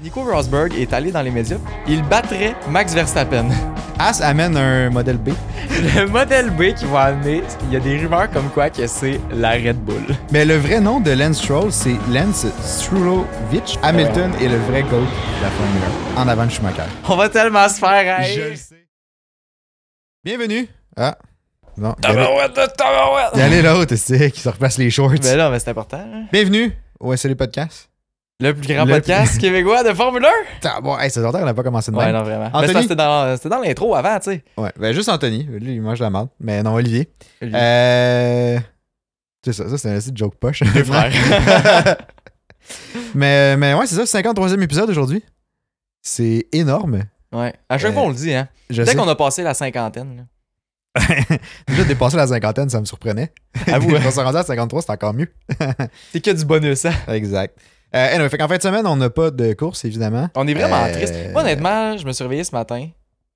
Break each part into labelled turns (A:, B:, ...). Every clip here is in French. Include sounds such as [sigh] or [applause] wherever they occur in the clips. A: Nico Rosberg est allé dans les médias. Il battrait Max Verstappen. [laughs]
B: As amène un modèle B.
A: Le modèle B qui va amener, il y a des rumeurs comme quoi que c'est la Red Bull.
B: Mais le vrai nom de Lance Stroll, c'est Lance Strulovich. Hamilton est le vrai GOAT de la Formule 1. En avant de Schumacher.
A: On va tellement se faire haïr.
B: sais. Bienvenue. Ah. Non. Il y avait-
A: Tabarouette de tabarouette.
B: il y allait l'autre, c'est qui se replace les shorts.
A: Mais là, mais c'est important. hein.
B: Bienvenue au SLU Podcast.
A: Le plus grand
B: Le [laughs]
A: podcast québécois de Formule 1.
B: Ah, bon, hey, ça fait longtemps qu'on n'a pas commencé de
A: Ouais,
B: même.
A: non, vraiment.
B: Anthony?
A: Mais c'est parce que c'était dans, c'était dans l'intro avant, tu sais.
B: Ouais, ben juste Anthony. Lui, il mange de la merde. Mais non, Olivier.
A: Lui,
B: Euh. C'est ça, ça c'est un petit joke poche. [laughs]
A: Deux frères.
B: mais, mais ouais, c'est ça, 53e épisode aujourd'hui. C'est énorme.
A: ouais. À chaque
B: Euh,
A: fois, on le dit, hein.
B: Je
A: Dès
B: sais
A: qu'on a passé la cinquantaine. là.
B: déjà dépassé la cinquantaine, ça me surprenait.
A: Ah ouais.
B: [laughs] on s'est rendu à 53, c'est encore mieux.
A: C'est que du bonus, hein.
B: Exact. Euh, anyway, fait qu'en fin de semaine, on n'a pas de course, évidemment.
A: On est vraiment
B: Euh,
A: triste. Moi, honnêtement, je me suis réveillé ce matin.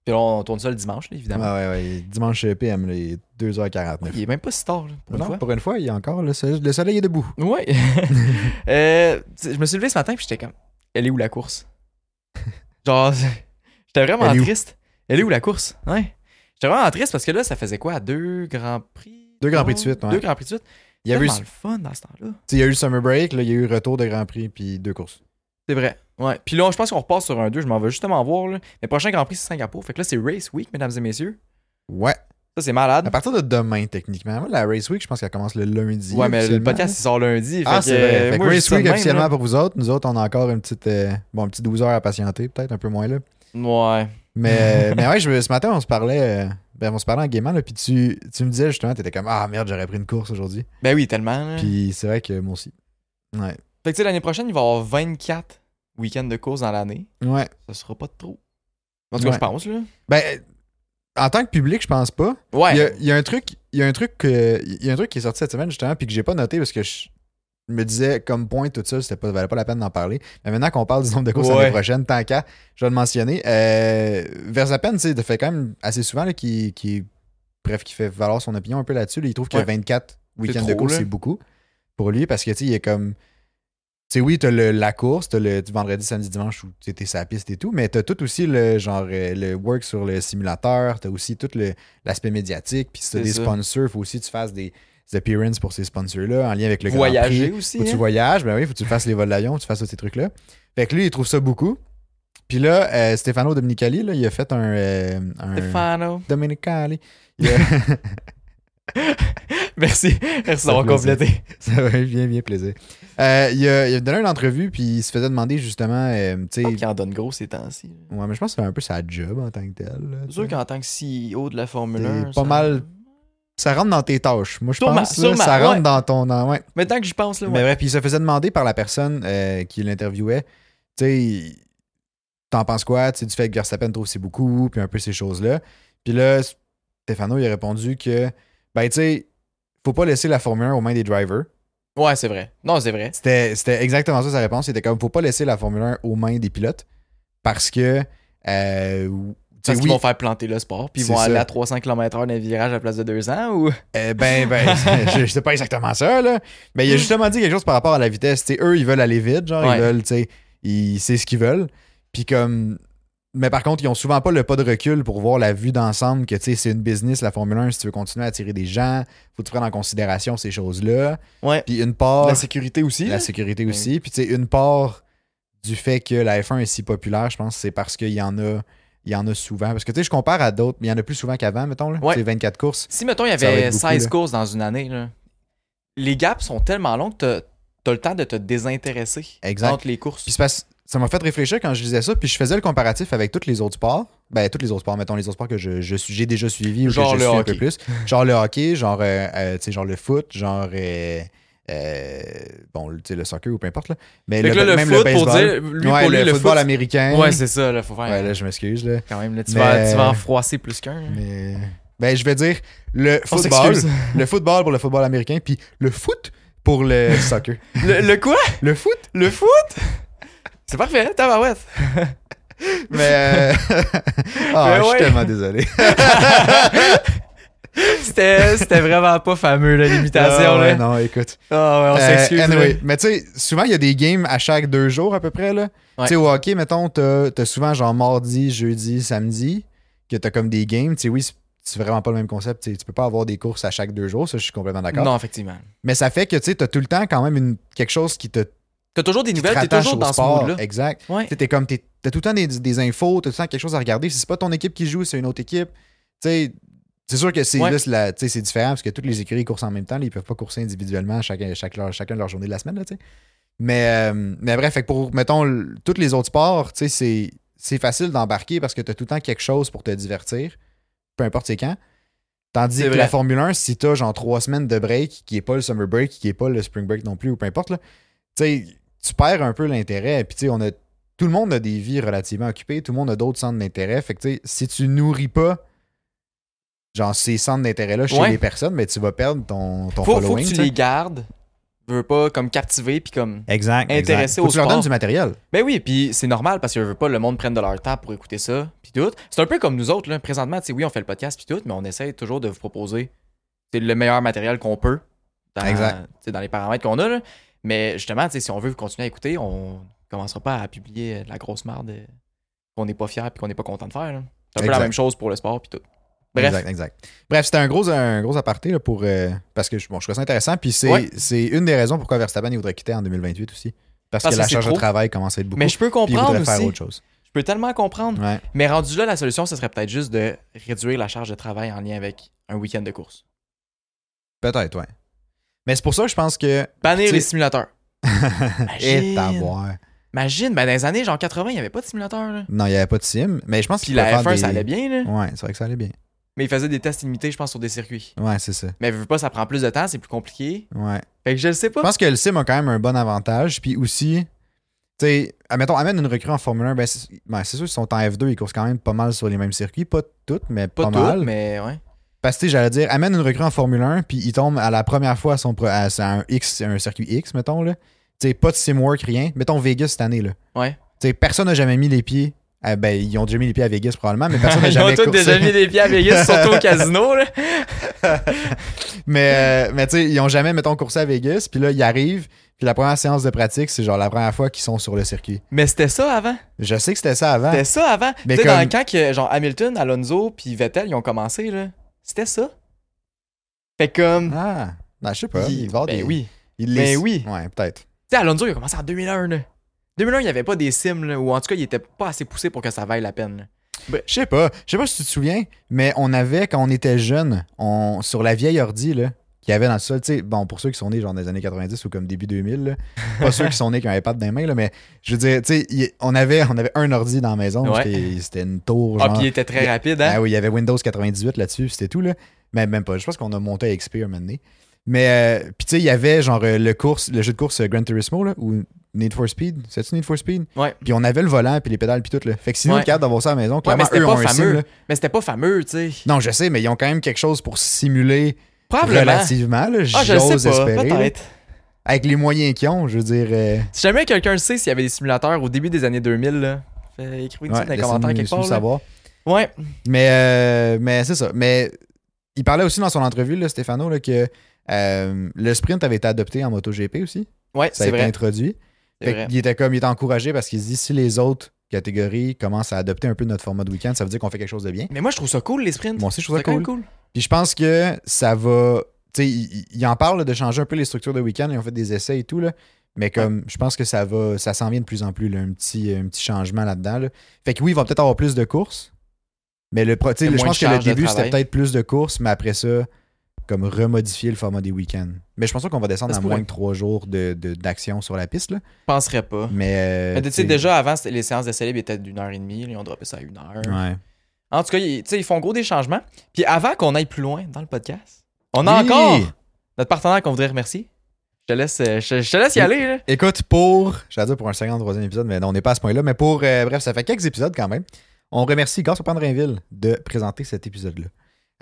A: Puis là, on tourne ça le dimanche, là, évidemment.
B: Ah ouais, ouais, dimanche PM, les 2h49.
A: Il est même pas si tard, là, pour une
B: Ah, non,
A: fois.
B: pour une fois, il y a encore le soleil, le soleil est debout.
A: Oui.
B: [laughs]
A: Euh, tu sais, je me suis levé ce matin puis j'étais comme, elle est où la course? Genre, [laughs] j'étais vraiment
B: Elle est où?
A: triste. Elle est où la course? Ouais. J'étais vraiment triste parce que là, ça faisait quoi? Deux Grands Prix?
B: Deux Grands Prix de suite, ouais.
A: Deux Grands Prix de suite.
B: Il y, a eu,
A: le fun dans ce temps-là.
B: il y a eu le summer break, là, il y a eu retour de Grand Prix, puis deux courses.
A: C'est vrai. Ouais. Puis là, je pense qu'on repart sur un 2. Je m'en vais justement voir. Là. Le prochain Grand Prix, c'est Singapour. Fait que là, c'est Race Week, mesdames et messieurs.
B: Ouais.
A: Ça, c'est malade.
B: À partir de demain, techniquement. Moi, la Race Week, je pense qu'elle commence le lundi.
A: Ouais, mais le
B: officiellement.
A: podcast, il sort lundi.
B: Ah,
A: fait
B: c'est
A: que,
B: vrai.
A: euh,
B: Fait que
A: moi, je dis
B: Race
A: ça de
B: Week
A: même,
B: officiellement
A: là.
B: pour vous autres. Nous autres, on a encore une petite, euh, bon, un petit 12 heures à patienter, peut-être un peu moins là.
A: Ouais. [laughs]
B: Mais, mais ouais, je, me- ce matin, on se parlait, euh, ben, on se parlait en gamer, là, puis tu, tu me disais justement, t'étais comme, ah merde, j'aurais pris une course aujourd'hui.
A: Ben oui, tellement. là.
B: Puis c'est vrai que moi aussi. Ouais.
A: Fait que tu sais, l'année prochaine, il va y avoir 24 week-ends de course dans l'année.
B: Ouais.
A: Ça sera pas de trop. En tout cas,
B: Ouais.
A: je pense, là.
B: Ben, en tant que public, je pense pas.
A: Ouais.
B: Il y a, il y a un truc, il y a un truc, que- il y a un truc qui est sorti cette semaine justement, puis que j'ai pas noté parce que je me disais comme point tout ça, c'était pas, valait pas la peine d'en parler. Mais maintenant qu'on parle du nombre de courses
A: Ouais.
B: l'année prochaine, tant qu'à, je vais le mentionner. Euh, Verstappen, tu sais, de fait quand même assez souvent là, qui, qui, bref, qui fait valoir son opinion un peu là-dessus. là. il trouve que
A: Ouais.
B: 24 week-ends de
A: trop,
B: course
A: là.
B: c'est beaucoup pour lui parce que tu sais, il est comme tu sais, oui, t'as le- la course, t'as le vendredi, samedi, dimanche où t'es t'es sur la piste et tout, mais t'as tout aussi le genre euh, le work sur le simulateur, t'as aussi tout le- l'aspect médiatique, puis si t'as
A: C'est
B: des
A: ça.
B: sponsors, faut aussi que tu fasses des, des appearances pour ces sponsors-là en lien avec le Grand
A: Voyager
B: Prix.
A: aussi.
B: Faut que tu
A: hein.
B: voyages, ben oui, faut que tu fasses les vols d'avion, faut que tu fasses tous ces trucs-là. Fait que lui, il trouve ça beaucoup. Puis là, euh, Stefano Dominicali, là, il a fait un. euh, un- [laughs]
A: Stefano.
B: Dominicali. Il a-
A: Merci. Merci d'avoir
B: fait plaisir.
A: complété.
B: Ça va bien, bien plaisir. Euh, il, a, il a donné une entrevue, puis il se faisait demander justement, euh, tu sais,
A: Qui en donne gros ces temps-ci. là.
B: Ouais, mais je pense que c'est un peu sa job en tant que telle. là,
A: C'est sûr
B: tu sais.
A: qu'en tant que CEO de la Formule
B: T'es
A: 1.
B: pas mal- Ça rentre dans tes tâches. Moi, je
A: Sûrement,
B: pense là,
A: sûrement,
B: ça rentre
A: ouais.
B: dans ton. dans- ouais.
A: Mais tant que j'y pense, là.
B: Mais
A: ouais.
B: bref, puis il se faisait demander par la personne euh, qui l'interviewait, tu sais, t'en penses quoi? Tu sais, du fait que Verstappen trouve c'est beaucoup, puis un peu ces choses-là. Puis là, Stefano, il a répondu que, ben, tu sais, faut pas laisser la Formule 1 aux mains des drivers.
A: Ouais, c'est vrai. Non, c'est vrai.
B: C'était, c'était exactement ça sa réponse. C'était comme, faut pas laisser la Formule 1 aux mains des pilotes parce que, euh, tu sais,
A: Parce qu'ils
B: oui,
A: vont faire planter le sport, puis ils
B: C'est
A: vont aller
B: ça.
A: à 300 km/h d'un virage à la place de 200 ou.
B: Euh, ben, ben, [laughs] je, je sais pas exactement ça, là. Mais il a justement dit quelque chose par rapport à la vitesse. Tu sais, eux, ils veulent aller vite, genre,
A: Ouais.
B: ils veulent, tu sais, ils- c'est ce qu'ils veulent. Puis comme. Mais par contre, ils ont souvent pas le pas de recul pour voir la vue d'ensemble que, tu sais, c'est une business, la Formule 1, si tu veux continuer à attirer des gens, faut que tu prennes en considération ces choses-là.
A: Ouais.
B: Puis une part.
A: La sécurité aussi.
B: La
A: là.
B: sécurité
A: Ben
B: aussi. Puis tu sais, une part du fait que la F1 est si populaire, je pense, c'est parce qu'il y en a. Il y en a souvent. Parce que tu sais, je compare à d'autres, mais il y en a plus souvent qu'avant, mettons. Là.
A: Ouais.
B: Tu sais, 24 courses.
A: Si, mettons, il y
B: Ça va
A: avait
B: être beaucoup,
A: 16
B: là.
A: courses dans une année, là, les gaps sont tellement longs que t'as- t'as le temps de te désintéresser
B: Exact.
A: entre les courses.
B: Puis c'est parce- ça m'a fait réfléchir quand je lisais ça, puis je faisais le comparatif avec tous les autres sports. Ben, tous les autres sports, mettons les autres sports que je, je suis- j'ai déjà suivis ou
A: Genre
B: que je
A: le
B: suis un
A: hockey.
B: peu plus. Genre le hockey, genre, euh, euh, tu sais, genre le foot, genre. euh, euh, bon, tu sais, le soccer ou peu importe. Là. Mais
A: Fait que là, le
B: même
A: foot,
B: le
A: pour
B: baseball.
A: dire, lui,
B: Ouais,
A: pour lui,
B: le,
A: le
B: football
A: foot-
B: américain.
A: Ouais, c'est ça, là, faut faire.
B: Ouais, là, je m'excuse. Là.
A: quand même, là, tu,
B: Mais-
A: vas, tu vas en froisser plus qu'un. là.
B: Mais. Ben, je vais dire le
A: On
B: football.
A: s'excuse.
B: [laughs] Le football pour le football américain, puis le foot pour le soccer.
A: Le, le quoi?
B: le foot?
A: Le foot? C'est parfait, hein, tabarouette.
B: Mais. euh, [laughs] Ah,
A: Mais Ben
B: je suis
A: ouais.
B: tellement désolé.
A: c'était c'était vraiment pas fameux, là, l'imitation.
B: Ah, ouais,
A: là.
B: non, écoute.
A: Ah ouais, hein. on
B: Euh,
A: s'excuse.
B: anyway,
A: là.
B: mais tu sais, souvent, il y a des games à chaque deux jours à peu près. Là.
A: Ouais.
B: Tu sais, au hockey, mettons, t'as as souvent genre mardi, jeudi, samedi, que t'as comme des games. Tu sais, oui, c'est- c'est vraiment pas le même concept. Tu sais, tu peux pas avoir des courses à chaque deux jours, ça, je suis complètement d'accord.
A: Non, effectivement.
B: Mais ça fait que tu sais, t'as tout le temps quand même une, quelque chose qui te, qui
A: T'as toujours des
B: te
A: nouvelles, t'es
B: rattache
A: toujours
B: au
A: dans ce
B: sport.
A: mood-là.
B: Exact.
A: Ouais.
B: Tu sais, t'es comme, t'es- t'as tout le temps des, des infos, t'as tout le temps quelque chose à regarder. Si c'est pas ton équipe qui joue, c'est une autre équipe. Tu sais, c'est sûr que c'est
A: Ouais.
B: là, c'est la- tu sais, c'est différent parce que toutes les écuries coursent en même temps. là, ils peuvent pas courser individuellement chacun, chaque leur, chacun leur journée de la semaine. Là, tu sais. mais, euh, mais bref, fait que pour, mettons, l- tous les autres sports, tu sais, c'est, c'est facile d'embarquer parce que t'as tout le temps quelque chose pour te divertir, peu importe c'est quand. Tandis
A: C'est
B: que
A: vrai.
B: la Formule 1, si t'as genre trois semaines de break, qui est pas le summer break, qui est pas le spring break non plus, ou peu importe, là, tu sais, tu perds un peu l'intérêt. Puis tu sais, on a tout le monde a des vies relativement occupées, tout le monde a d'autres centres d'intérêt. Fait que tu sais, si tu nourris pas genre ces centres d'intérêt-là chez
A: Ouais.
B: les personnes, mais tu vas perdre ton, ton
A: Faut, faut
B: following.
A: que tu
B: tu sais.
A: les gardes. Tu veux pas comme captiver puis comme.
B: Exact. exact.
A: intéresser
B: Faut que
A: au
B: tu leur
A: sport.
B: donnes du matériel.
A: Ben oui, puis c'est normal parce que je veux pas le monde prenne de leur temps pour écouter ça puis tout. C'est un peu comme nous autres là, présentement, tu sais oui, on fait le podcast puis tout, mais on essaie toujours de vous proposer c'est le meilleur matériel qu'on peut dans
B: Exact.
A: tu sais, dans les paramètres qu'on a là. Mais justement, tu sais si on veut continuer à écouter, on commencera pas à publier de la grosse merde euh, qu'on n'est pas fier puis qu'on n'est pas content de faire. là. C'est un peu
B: Exact.
A: la même chose pour le sport puis tout. Bref,
B: Exact, exact. Bref, c'était un gros, un gros aparté là, pour, euh, parce que je- bon, je trouve ça intéressant. Puis c'est
A: Ouais.
B: c'est une des raisons pourquoi Verstappen il voudrait quitter en 2028 aussi. Parce,
A: Parce
B: que
A: que
B: la
A: c'est
B: charge de
A: trop.
B: travail commence à être beaucoup.
A: mais je peux
B: puis il voudrait
A: comprendre
B: faire
A: aussi.
B: autre chose.
A: Je peux tellement comprendre.
B: Ouais.
A: Mais rendu là, la solution, ce serait peut-être juste de réduire la charge de travail en lien avec un week-end de course.
B: Peut-être, ouais. Mais c'est pour ça que je pense que.
A: Bannir
B: Tu-
A: les
B: [laughs]
A: simulateurs.
B: Et
A: Imagine.
B: t'avoir.
A: Imagine, ben dans les années genre 80, il n'y avait pas de simulateur. Là.
B: Non, il n'y avait pas de sim, mais je pense
A: Puis
B: qu'il pouvait
A: la F1, ça
B: faire des-
A: allait bien. Là.
B: Ouais, c'est vrai que ça allait bien.
A: Mais ils faisaient des tests limités, je pense, sur des circuits.
B: Ouais, c'est ça.
A: Mais veux pas, ça prend plus de temps, c'est plus compliqué.
B: Ouais.
A: Fait que je le sais
B: Je
A: pas.
B: pense que le sim a quand même un bon avantage. Puis aussi, tu sais, admettons, amène une recrue en Formule 1, ben c'est ben, c'est sûr qu'ils sont en F2, ils courent quand même pas mal sur les mêmes circuits. Pas toutes, mais pas,
A: Pas, tout,
B: mal.
A: mais ouais.
B: Parce que tu sais, j'allais dire, amène une recrue en Formule 1, puis il tombe à la première fois à, son, pro- à- à un, X, un circuit X, mettons. Là. Tu sais, pas de simwork, rien. Mettons Vegas cette année. Là.
A: Ouais.
B: Tu sais, personne n'a jamais mis les pieds. à- ben, ils ont déjà mis les pieds à Vegas probablement, mais personne n'a
A: [laughs] Ils ont
B: jamais
A: tous
B: coursé. [laughs]
A: déjà mis des pieds à Vegas, surtout au casino. Là.
B: Mais, euh, mais tu sais, ils ont jamais, mettons, coursé à Vegas, puis là, ils arrivent, puis la première séance de pratique, c'est genre la première fois qu'ils sont sur le circuit.
A: Mais c'était ça avant.
B: Je sais que c'était ça avant.
A: C'était ça avant. Tu
B: Mais
A: sais, dans
B: comme-
A: le camp que genre Hamilton, Alonso, puis Vettel, ils ont commencé, là. C'était ça. Fait que, comme.
B: Ah, non, je sais pas.
A: il-
B: Il va avoir
A: ben
B: des-
A: oui.
B: il
A: ben
B: les-
A: oui.
B: Ouais, peut-être.
A: Tu sais, Alonso, il a commencé en 2001. Là. 2001, il n'y avait pas des sims, là, ou en tout cas, il était pas assez poussé pour que ça vaille la peine. là. Ben
B: Je sais pas. Je sais pas si tu te souviens, mais on avait, quand on était jeune, on, sur la vieille ordi, là, qu'il y avait dans le sol, tu sais, bon, pour ceux qui sont nés genre dans les années 90 ou comme début
A: [laughs]
B: 2000, là, pas ceux qui sont nés qui ont un iPad dans les mains, là, mais je veux dire, tu sais, il- on avait, on avait un ordi dans la maison,
A: Ouais.
B: c'était c'était une tour, genre.
A: Ah, puis il était très
B: il-
A: rapide, hein?
B: Ah oui, il y avait Windows 98 là-dessus, c'était tout, là. Mais même pas. Je pense qu'on a monté à XP un moment donné. Mais, euh, puis tu sais, il y avait genre euh, le, course, le jeu de course euh, Gran Turismo, là, ou Need for Speed. C'est-tu Need for Speed?
A: Ouais.
B: Puis on avait le volant, puis les pédales, puis tout, là. Fait que sinon,
A: Ouais.
B: le cadre d'avoir ça à la maison, clairement,
A: mais c'était
B: eux
A: pas
B: ont un sim,
A: fameux.
B: là.
A: Mais c'était pas fameux, tu sais.
B: Non, je sais, mais ils ont quand même quelque chose pour simuler
A: Probablement.
B: relativement, là.
A: Ah, je le
B: J'ose
A: sais pas,
B: espérer. là.
A: peut-être.
B: Avec les moyens qu'ils ont, je veux dire. euh,
A: Si jamais quelqu'un le sait s'il y avait des simulateurs au début des années 2000, là, fait- écrivez-nous ça
B: ouais,
A: dans les
B: laissez-nous-
A: commentaires quelque
B: laissez-nous
A: part. là.
B: savoir.
A: Ouais,
B: Mais, euh, mais c'est ça. Mais il parlait aussi dans son entrevue, là, Stéphano, là, que euh, le sprint avait été adopté en MotoGP aussi.
A: ouais,
B: Ça a
A: c'est
B: été
A: vrai.
B: introduit.
A: c'est
B: Fait
A: vrai.
B: qu'il était comme, il était encouragé parce qu'il se dit si les autres catégories commencent à adopter un peu notre format de week-end, ça veut dire qu'on fait quelque chose de bien.
A: Mais moi, je trouve ça cool, les sprints.
B: Moi aussi, je trouve
A: c'est
B: ça cool. Puis je pense que ça va. Tu sais, il, il- il en parle là, de changer un peu les structures de week-end. Ils ont fait des essais et tout, là. Mais comme, je pense que ça va. Ça s'en vient de plus en plus, là, un, petit, un petit changement là-dedans. là. Fait que oui, il va peut-être avoir plus de courses. Mais le pro- tu sais,
A: C'est
B: le- je
A: moins
B: pense
A: de
B: que le
A: charge de
B: début, c'était
A: travail.
B: peut-être plus de courses, mais après ça, comme remodifier le format des week-ends. Mais je pense pas qu'on va descendre
A: Ça se
B: à
A: pourrait.
B: moins de trois jours de- de- d'action sur la piste. Là.
A: Je penserais pas.
B: Mais. euh,
A: Mais tu
B: t'sais,
A: sais, déjà avant, c'était- les séances de célèbres étaient d'une heure et demie. là, Ils ont droppé ça à une heure.
B: Ouais.
A: En tout cas, ils, tu sais, ils font gros des changements. Puis avant qu'on aille plus loin dans le podcast, on a
B: Oui.
A: encore notre partenaire qu'on voudrait remercier. Je te laisse, euh, je, je te laisse y
B: Oui.
A: aller. Là.
B: Écoute, pour, j'allais dire pour un 53e épisode, mais non, on n'est pas à ce point-là, mais pour, euh, bref, ça fait quelques épisodes quand même. On remercie Gaston Pandrinville de présenter cet épisode-là.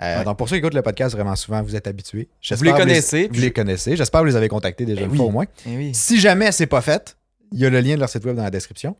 B: Euh,
A: Ouais.
B: Donc, pour ceux qui écoutent le podcast vraiment souvent, vous êtes
A: Vous
B: habitués.
A: les
B: J'espère
A: connaissez.
B: Vous les connaissez. J'espère que vous les avez contactés déjà
A: Ben
B: une
A: oui.
B: fois au moins.
A: Eh oui.
B: Si jamais c'est pas fait, il y a le lien de leur site web dans la description.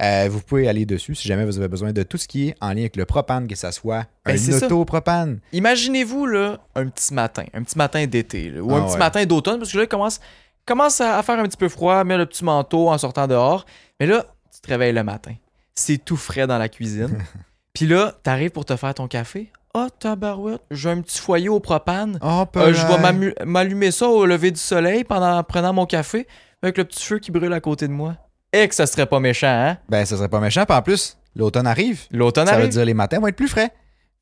B: Euh, vous pouvez aller dessus si jamais vous avez besoin de tout ce qui est en lien avec le propane, que ça soit
A: Ben, c'est
B: un
A: ça.
B: auto-propane.
A: Imaginez-vous là, un petit matin, un petit matin d'été, là, ou
B: Ah
A: un petit
B: ouais.
A: matin d'automne, parce que là, il commence, commence à à faire un petit peu froid, mets le petit manteau en sortant dehors. Mais là, tu te réveilles le matin. C'est tout frais dans la cuisine.
B: [laughs]
A: Puis là, t'arrives pour te faire ton café. Ah, tabarouette, j'ai un petit foyer au propane.
B: Oh,
A: Euh, je vais
B: Pelin.
A: m'amu- m'allumer ça au lever du soleil pendant en prenant mon café avec le petit feu qui brûle à côté de moi. Et que ça serait pas méchant, hein?
B: Ben, ça serait pas méchant. Puis en plus, l'automne arrive.
A: L'automne
B: Ça veut
A: arrive.
B: dire les matins vont être plus frais.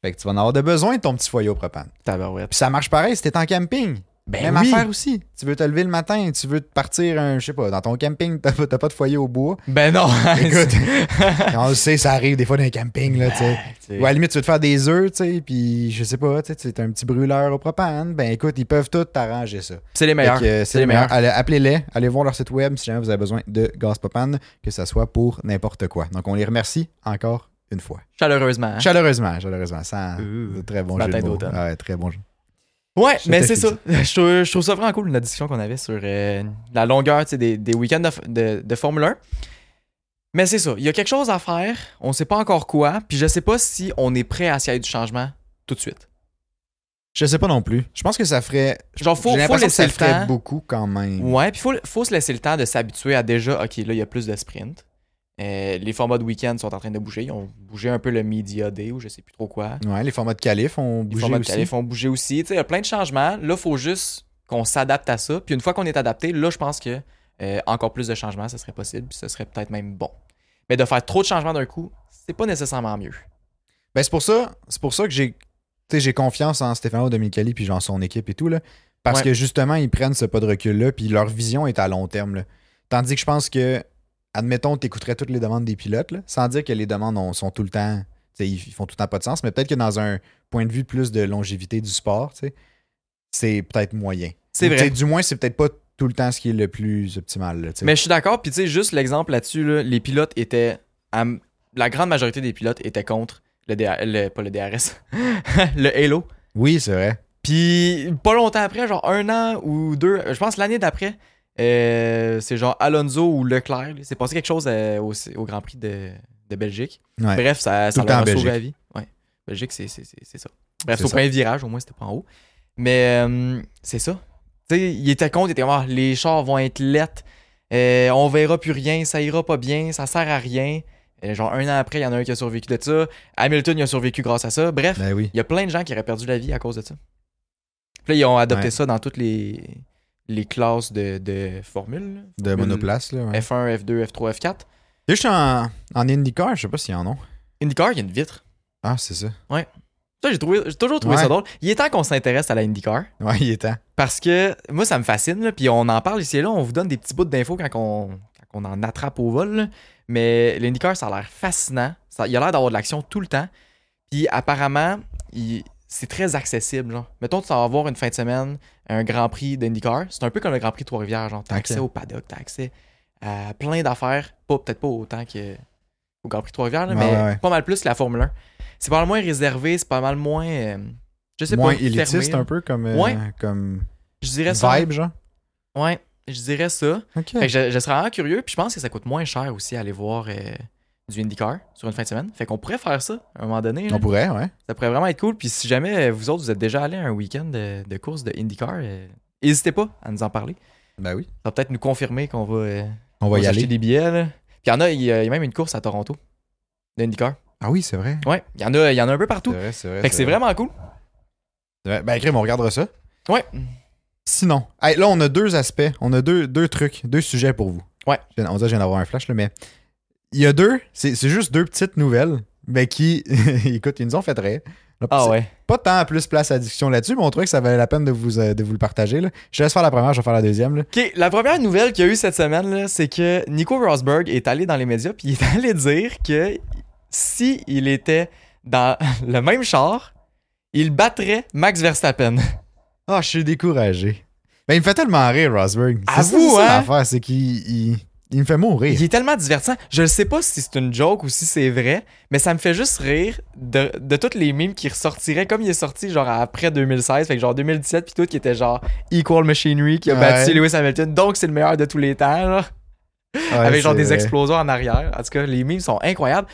B: Fait que tu vas en avoir de besoin de ton petit foyer au propane.
A: Tabarouette.
B: Puis ça marche pareil si t'es en camping.
A: Ben
B: Même
A: oui.
B: affaire aussi. Tu veux te lever le matin, tu veux te partir, un, je sais pas, dans ton camping, t'as pas t'as pas de foyer au
A: [laughs]
B: bois.
A: Ben non.
B: Écoute, on le sait, ça arrive des fois dans les campings, là, tu sais. Ou à la limite, tu veux te faire des œufs, tu sais, puis je sais pas, tu sais, c'est un petit brûleur au propane. Ben écoute, ils peuvent tout t'arranger ça.
A: C'est les meilleurs.
B: Fait que, euh,
A: C'est les meilleurs.
B: Allez, Appelez-les, allez voir leur site web si jamais vous avez besoin de gaz propane, que ça soit pour n'importe quoi. Donc, on les remercie encore une fois.
A: Chaleureusement. hein?
B: Chaleureusement, chaleureusement. Sans,
A: Euh,
B: de très bon
A: matin
B: jeu de mots.
A: d'automne.
B: Ouais, très bon jeu.
A: Ouais,
B: Je
A: mais
B: te
A: c'est
B: file
A: ça. [laughs] Je trouve, je trouve ça vraiment cool, la discussion qu'on avait sur euh, la longueur tu sais, des, des week-ends de, f- de- de Formule 1. Mais c'est ça. Il y a quelque chose à faire. On sait pas encore quoi. Puis je sais pas si on est prêt à s'y aller du changement tout de suite.
B: Je sais pas non plus. Je pense que ça ferait.
A: Genre, faut, faut
B: J'ai l'impression que
A: laisser
B: ça
A: le temps.
B: ferait beaucoup quand même.
A: Ouais, puis faut, faut se laisser le temps de s'habituer à déjà, ok, là, il y a plus de sprint. Euh, les formats de week-end sont en train de bouger. Ils ont bougé un peu le Media Day ou je sais plus trop quoi.
B: Ouais, les formats de calife ont
A: Les
B: bougé
A: formats
B: aussi.
A: de calif ont bougé aussi. Tu sais, il y a plein de changements. Là, faut juste qu'on s'adapte à ça. Puis une fois qu'on est adapté, là, je pense que euh, encore plus de changements, ce serait possible. Puis ce serait peut-être même bon. Mais de faire trop de changements d'un coup, c'est pas nécessairement mieux.
B: Ben, c'est pour ça, c'est pour ça que j'ai, tu sais, j'ai confiance en Stefano Dominicali puis genre son équipe et tout là, parce
A: Ouais.
B: que justement ils prennent ce pas de recul là, puis leur vision est à long terme là. Tandis que je pense que, admettons, tu écouterais toutes les demandes des pilotes là, sans dire que les demandes ont- sont tout le temps, tu sais, ils ils font tout le temps pas de sens, mais peut-être que dans un point de vue plus de longévité du sport, tu sais, c'est peut-être moyen.
A: C'est
B: Ou, tu sais,
A: vrai.
B: Du moins, c'est peut-être pas tout le temps ce qui est le plus optimal. là, tu sais.
A: Mais je suis d'accord. Puis tu sais, juste l'exemple là-dessus, là, les pilotes étaient. à m- la grande majorité des pilotes étaient contre le, DR le- pas le DRS, [laughs] le Halo.
B: Oui, c'est vrai.
A: Puis pas longtemps après, genre un an ou deux, je pense l'année d'après, euh, c'est genre Alonso ou Leclerc. là. C'est passé quelque chose euh, au, au Grand Prix de, de Belgique.
B: Ouais.
A: Bref, ça, ça
B: Tout le
A: leur
B: temps
A: a
B: en
A: sauvé
B: Belgique.
A: la vie. Ouais. Belgique, c'est c'est- c'est- c'est ça. Bref,
B: C'est
A: au
B: ça.
A: premier virage, au moins, c'était pas en haut. Mais euh, c'est ça. Tu sais, il était contre, il était comme, Ah, les chars vont être lettres, euh, on verra plus rien, ça ira pas bien, ça sert à rien. Euh, genre un an après, il y en a un qui a survécu de ça. Hamilton, il a survécu grâce à ça. Bref,
B: Ben oui.
A: il y a plein de gens qui auraient perdu la vie à cause de ça. Puis là, ils ont adopté
B: Ouais.
A: ça dans toutes les, les classes de, de formule. là.
B: De
A: Formule
B: monoplace, là. ouais.
A: F1, F2, F3, F4.
B: Là, Je suis en, en IndyCar, je sais pas s'il y en a.
A: IndyCar, il y a une vitre.
B: Ah, c'est ça.
A: Ça, j'ai trouvé- j'ai toujours trouvé
B: Ouais.
A: ça drôle. Il est temps qu'on s'intéresse à la IndyCar.
B: Ouais, il est temps.
A: Parce que moi, ça me fascine. là, puis on en parle ici et là. On vous donne des petits bouts d'infos quand, on, quand on en attrape au vol. là. Mais l'IndyCar, ça a l'air fascinant. Ça, il a l'air d'avoir de l'action tout le temps. Puis apparemment, il- c'est très accessible. Genre. Mettons, tu vas avoir une fin de semaine, un Grand Prix d'IndyCar. C'est un peu comme le Grand Prix de Trois-Rivières. Genre, t'as
B: Ok.
A: accès au paddock, t'as accès à plein d'affaires. Pas, peut-être pas autant que au Grand Prix de Trois-Rivières, là,
B: Ouais,
A: mais
B: ouais, ouais.
A: pas mal plus que la Formule 1. C'est pas mal moins réservé, c'est pas mal moins. euh, je sais
B: Moins
A: pas.
B: élitiste
A: fermé.
B: un peu comme, euh,
A: Ouais.
B: comme
A: Je dirais ça.
B: vibe, genre.
A: Ouais, je dirais ça.
B: Ok.
A: Fait que je, je serais vraiment curieux, puis je pense que ça coûte moins cher aussi aller voir euh, du IndyCar sur une fin de semaine. Fait qu'on pourrait faire ça à un moment donné. là.
B: On pourrait, ouais.
A: Ça pourrait vraiment être cool. Puis si jamais euh, vous autres, vous êtes déjà allé à un week-end de, de course de IndyCar, euh, n'hésitez pas à nous en parler.
B: Ben oui.
A: Ça va peut-être nous confirmer qu'on va, euh,
B: On
A: va
B: va y
A: acheter
B: aller.
A: des billets. là. Puis il y en a, il y a il y a même une course à Toronto d'IndyCar.
B: Ah oui, c'est vrai.
A: Ouais, il y, en a, il y en a un peu
B: C'est
A: partout.
B: vrai, Euh, c'est vrai.
A: Fait que c'est vraiment cool.
B: C'est vrai. Ben, crime, on regardera ça.
A: Ouais.
B: Sinon, hey, là, on a deux aspects. On a deux, deux trucs, deux sujets pour vous.
A: Ouais.
B: Je viens- On dirait que je viens d'avoir un flash, là, mais il y a deux, c'est c'est juste deux petites nouvelles, mais qui, [laughs] écoute, ils nous ont fait rire. Là,
A: Ah
B: c'est
A: ouais.
B: Pas tant plus place à la discussion là-dessus, mais on trouvait que ça valait la peine de vous, euh, de vous le partager. Là. Je te laisse faire la première, je vais faire la deuxième. Là.
A: OK, la première nouvelle qu'il y a eu cette semaine, là, c'est que Nico Rosberg est allé dans les médias puis il est [laughs] allé dire que si il était dans [laughs] le même char, il battrait Max Verstappen.
B: Ah, je suis découragé. Ben, il me fait tellement rire, Rosberg. C'est
A: À
B: ça-
A: vous,
B: c'est ça
A: hein?
B: l'affaire, c'est qu'il il, Ah, il me fait mourir.
A: Il est tellement divertissant. Je ne sais pas si c'est une joke ou si c'est vrai, mais ça me fait juste rire de, de toutes les mimes qui ressortiraient comme il est sorti genre après 2016, fait que genre 2017 puis tout qui était genre Equal Machinery qui a
B: Ouais.
A: battu Lewis Hamilton, donc c'est le meilleur de tous les temps. genre. avec genre des explosions en arrière. En tout cas, les memes sont incroyables.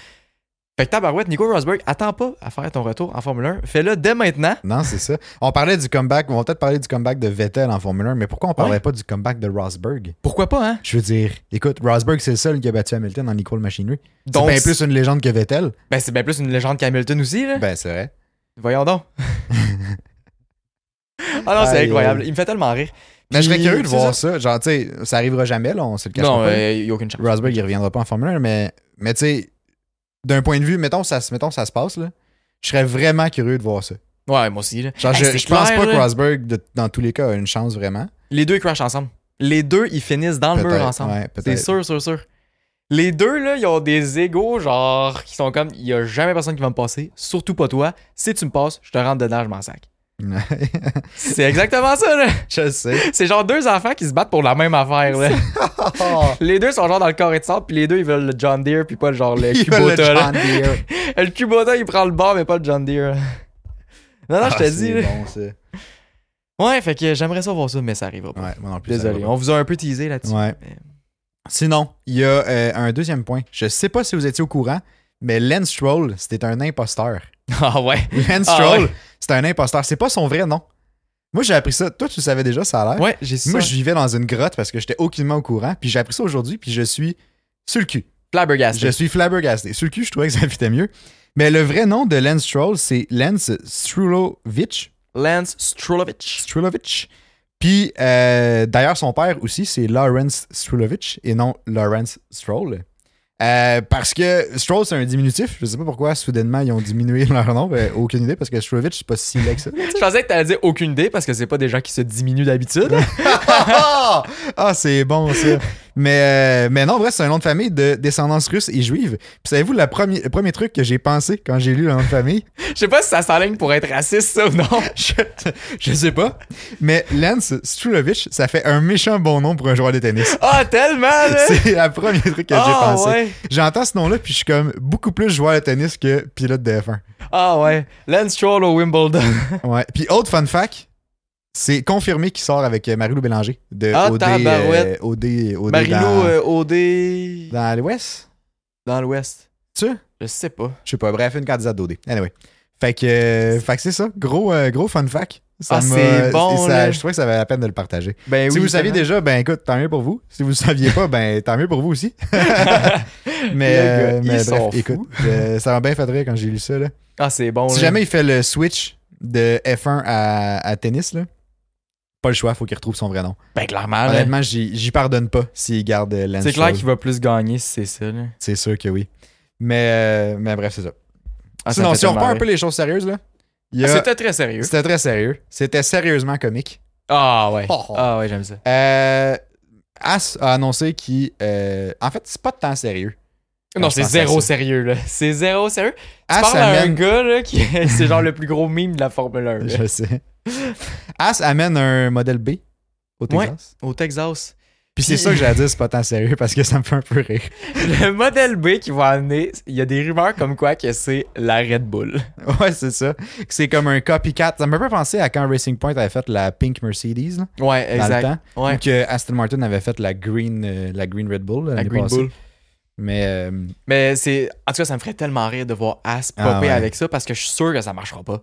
A: Fait que tabarouette, Nico Rosberg, attends pas à faire ton retour en Formule 1. Fais-le dès maintenant.
B: Non, c'est ça. On parlait du comeback, on va peut-être parler du comeback de Vettel en Formule 1, mais pourquoi on parlait
A: Ouais.
B: pas du comeback de Rosberg?
A: Pourquoi pas, hein?
B: Je veux dire, écoute, Rosberg, c'est le seul qui a battu Hamilton en Equal Machinery. C'est
A: Donc,
B: bien plus une légende que Vettel.
A: ben, c'est bien plus une légende qu'Hamilton aussi, là.
B: Ben, c'est vrai.
A: Voyons
B: [laughs]
A: donc. ah non, c'est
B: Aïe,
A: incroyable.
B: aïe.
A: Il me fait tellement rire.
B: Mais je serais
A: Puis,
B: curieux de
A: c'est
B: voir ça. Genre, tu sais, ça arrivera jamais, là, on se le cache
A: Non,
B: pas.
A: euh, il n'y a aucune chance.
B: Rosberg, il reviendra pas en Formule 1, mais, mais tu sais, d'un point de vue, mettons ça, se- mettons ça se passe, là, je serais vraiment curieux de voir ça.
A: Ouais, moi aussi. Là.
B: Genre,
A: Hey,
B: je,
A: c'est
B: je pense
A: clair,
B: pas que
A: là.
B: Rosberg, de- dans tous les cas, a une chance vraiment.
A: Les deux, ils crashent ensemble. Les deux, ils finissent dans le mur
B: Peut-être,
A: ensemble.
B: ouais, peut-être.
A: c'est sûr, sûr, sûr. Les deux, là, ils ont des égaux, genre, qui sont comme, il n'y a jamais personne qui va me passer, surtout pas toi. Si tu me passes, je te rentre dedans, je m'en sac. C'est exactement ça, là.
B: [laughs]
A: [laughs]
B: je sais.
A: C'est genre deux enfants qui se battent pour la même affaire, là.
B: Oh,
A: Les deux sont genre dans le corps et de sable, puis les deux, ils veulent le John Deere, puis pas le genre le
B: [laughs] Il va le
A: Kubota, là.
B: John Deere.
A: Le Kubota, il prend le bord, mais pas le John Deere. Non, non,
B: Ah,
A: je te dis.
B: C'est
A: là.
B: bon, ça.
A: Ouais, fait que j'aimerais ça voir ça, mais ça arrivera pas.
B: Ouais, moi non plus. ça
A: Désolé,
B: va
A: on vous a un peu teasé là-dessus.
B: pas. Ouais.
A: Mais-
B: Sinon, il y a euh, un deuxième point. Je sais pas si vous étiez au courant, mais Lance Stroll, c'était un imposteur.
A: Ah ouais. [laughs]
B: Lance
A: Ah
B: Stroll,
A: ouais.
B: c'est un imposteur. C'est pas son vrai nom. Moi, j'ai appris ça. Toi, tu le savais déjà, ça a l'air.
A: Ouais, j'ai su
B: Moi,
A: ça.
B: je vivais dans une grotte parce que j'étais aucunement au courant. Puis j'ai appris ça aujourd'hui, puis je suis sur le cul. Je
A: Flabbergasted.
B: suis flabbergasté. Sur le cul, je trouvais que ça fitait mieux. Mais le vrai nom de Lance Stroll, c'est Lance Strulovich.
A: Lance Strulovich.
B: Strulovich. Puis euh, d'ailleurs, son père aussi, c'est Lawrence Strulovich et non Lawrence Stroll. Euh, parce que Stroll, c'est un diminutif. Je sais pas pourquoi, soudainement, ils ont diminué [laughs] leur nom. Euh, aucune idée, parce que Strulovich, c'est pas si laid que ça.
A: Je pensais que t'allais dire aucune idée parce que c'est pas des gens qui se diminuent d'habitude.
B: ah, ah, c'est bon ça. Mais, euh, mais non, bref, c'est un nom de famille de descendance russe et juive. Puis savez-vous la premi- le premier truc que j'ai pensé quand j'ai lu le nom de famille?
A: Je sais pas si ça s'enligne pour être raciste, ça ou non.
B: [laughs] je, je sais pas. Mais Lance Strulovich, ça fait un méchant bon nom pour un joueur de tennis.
A: Ah, tellement, là.
B: C'est la première truc que j'ai
A: Ah,
B: pensé.
A: ouais.
B: J'entends ce nom-là, puis je suis comme beaucoup plus joueur de tennis que pilote
A: [laughs]
B: de F1.
A: Ah, ouais. Lance Stroll au Wimbledon.
B: Ouais. Puis autre fun fact, c'est confirmé qu'il sort avec euh, Marie-Lou Bélanger de
A: Ah,
B: OD,
A: tabarouette.
B: euh, OD, OD
A: Marilou
B: dans,
A: euh, OD.
B: dans l'Ouest.
A: Dans l'Ouest.
B: Tu
A: Je sais pas.
B: Je sais pas, bref, une candidate d'OD. Anyway. Fait que, euh, fait que c'est ça. Gros, euh, gros fun fact. Ça
A: Ah,
B: m'a-
A: c'est bon,
B: et ça-
A: là.
B: je trouvais que ça valait la peine de le partager.
A: Ben
B: si vous le saviez
A: tellement.
B: déjà, ben écoute, tant mieux pour vous. Si vous le saviez pas, ben tant mieux pour vous aussi. mais
A: [laughs] Les gars,
B: euh,
A: ils
B: mais
A: sont
B: bref,
A: fous.
B: écoute, euh, ça m'a bien fait rire quand j'ai lu ça. Là.
A: Ah, c'est bon,
B: Si
A: là.
B: jamais il fait le switch de F1 à, à tennis, là, pas le choix, faut qu'il retrouve son vrai nom.
A: Ben, clairement, là.
B: Honnêtement, j'y j'y pardonne pas s'il garde euh, Lance
A: C'est clair
B: Stroll.
A: qu'il va plus gagner si c'est ça, là.
B: C'est sûr que oui. Mais, euh, mais bref, c'est ça.
A: Ah, ça me
B: Sinon,
A: fait
B: si on
A: tellement
B: reprend un
A: rire. Ah,
B: peu les choses sérieuses, là. il y a-
A: C'était très sérieux.
B: C'était très sérieux. C'était sérieusement comique.
A: Ah ouais.
B: Oh.
A: Ah ouais, j'aime ça.
B: Euh, As a annoncé qu'il. euh, en fait, c'est pas tant sérieux.
A: Non,
B: Ah, je
A: c'est
B: pensais Ah, à
A: zéro
B: ça.
A: sérieux, là. C'est zéro sérieux. Tu
B: As
A: parles à un
B: amène.
A: gars, là, qui c'est genre le plus gros mime de la Formule
B: [laughs]
A: 1. là.
B: Je sais. As amène un modèle B au Texas.
A: Au Texas.
B: Puis c'est
A: Puis-
B: ça que j'allais dire, c'est pas tant sérieux parce que ça me fait un peu rire. [laughs]
A: Le modèle B qui va amener, il y a des rumeurs comme quoi que c'est la Red Bull.
B: Ouais, c'est ça. C'est comme un copycat. Ça m'a un peu pensé à quand Racing Point avait fait la Pink Mercedes là,
A: Ouais,
B: dans le
A: exact.
B: temps. Ou
A: Ouais.
B: que Aston Martin avait fait la Green, euh, la green Red Bull.
A: La
B: l'année
A: Green
B: passée.
A: Bull.
B: Mais euh,
A: Mais c'est. En tout cas, ça me ferait tellement rire de voir As popper
B: Ah ouais.
A: avec ça parce que je suis sûr que ça marchera pas.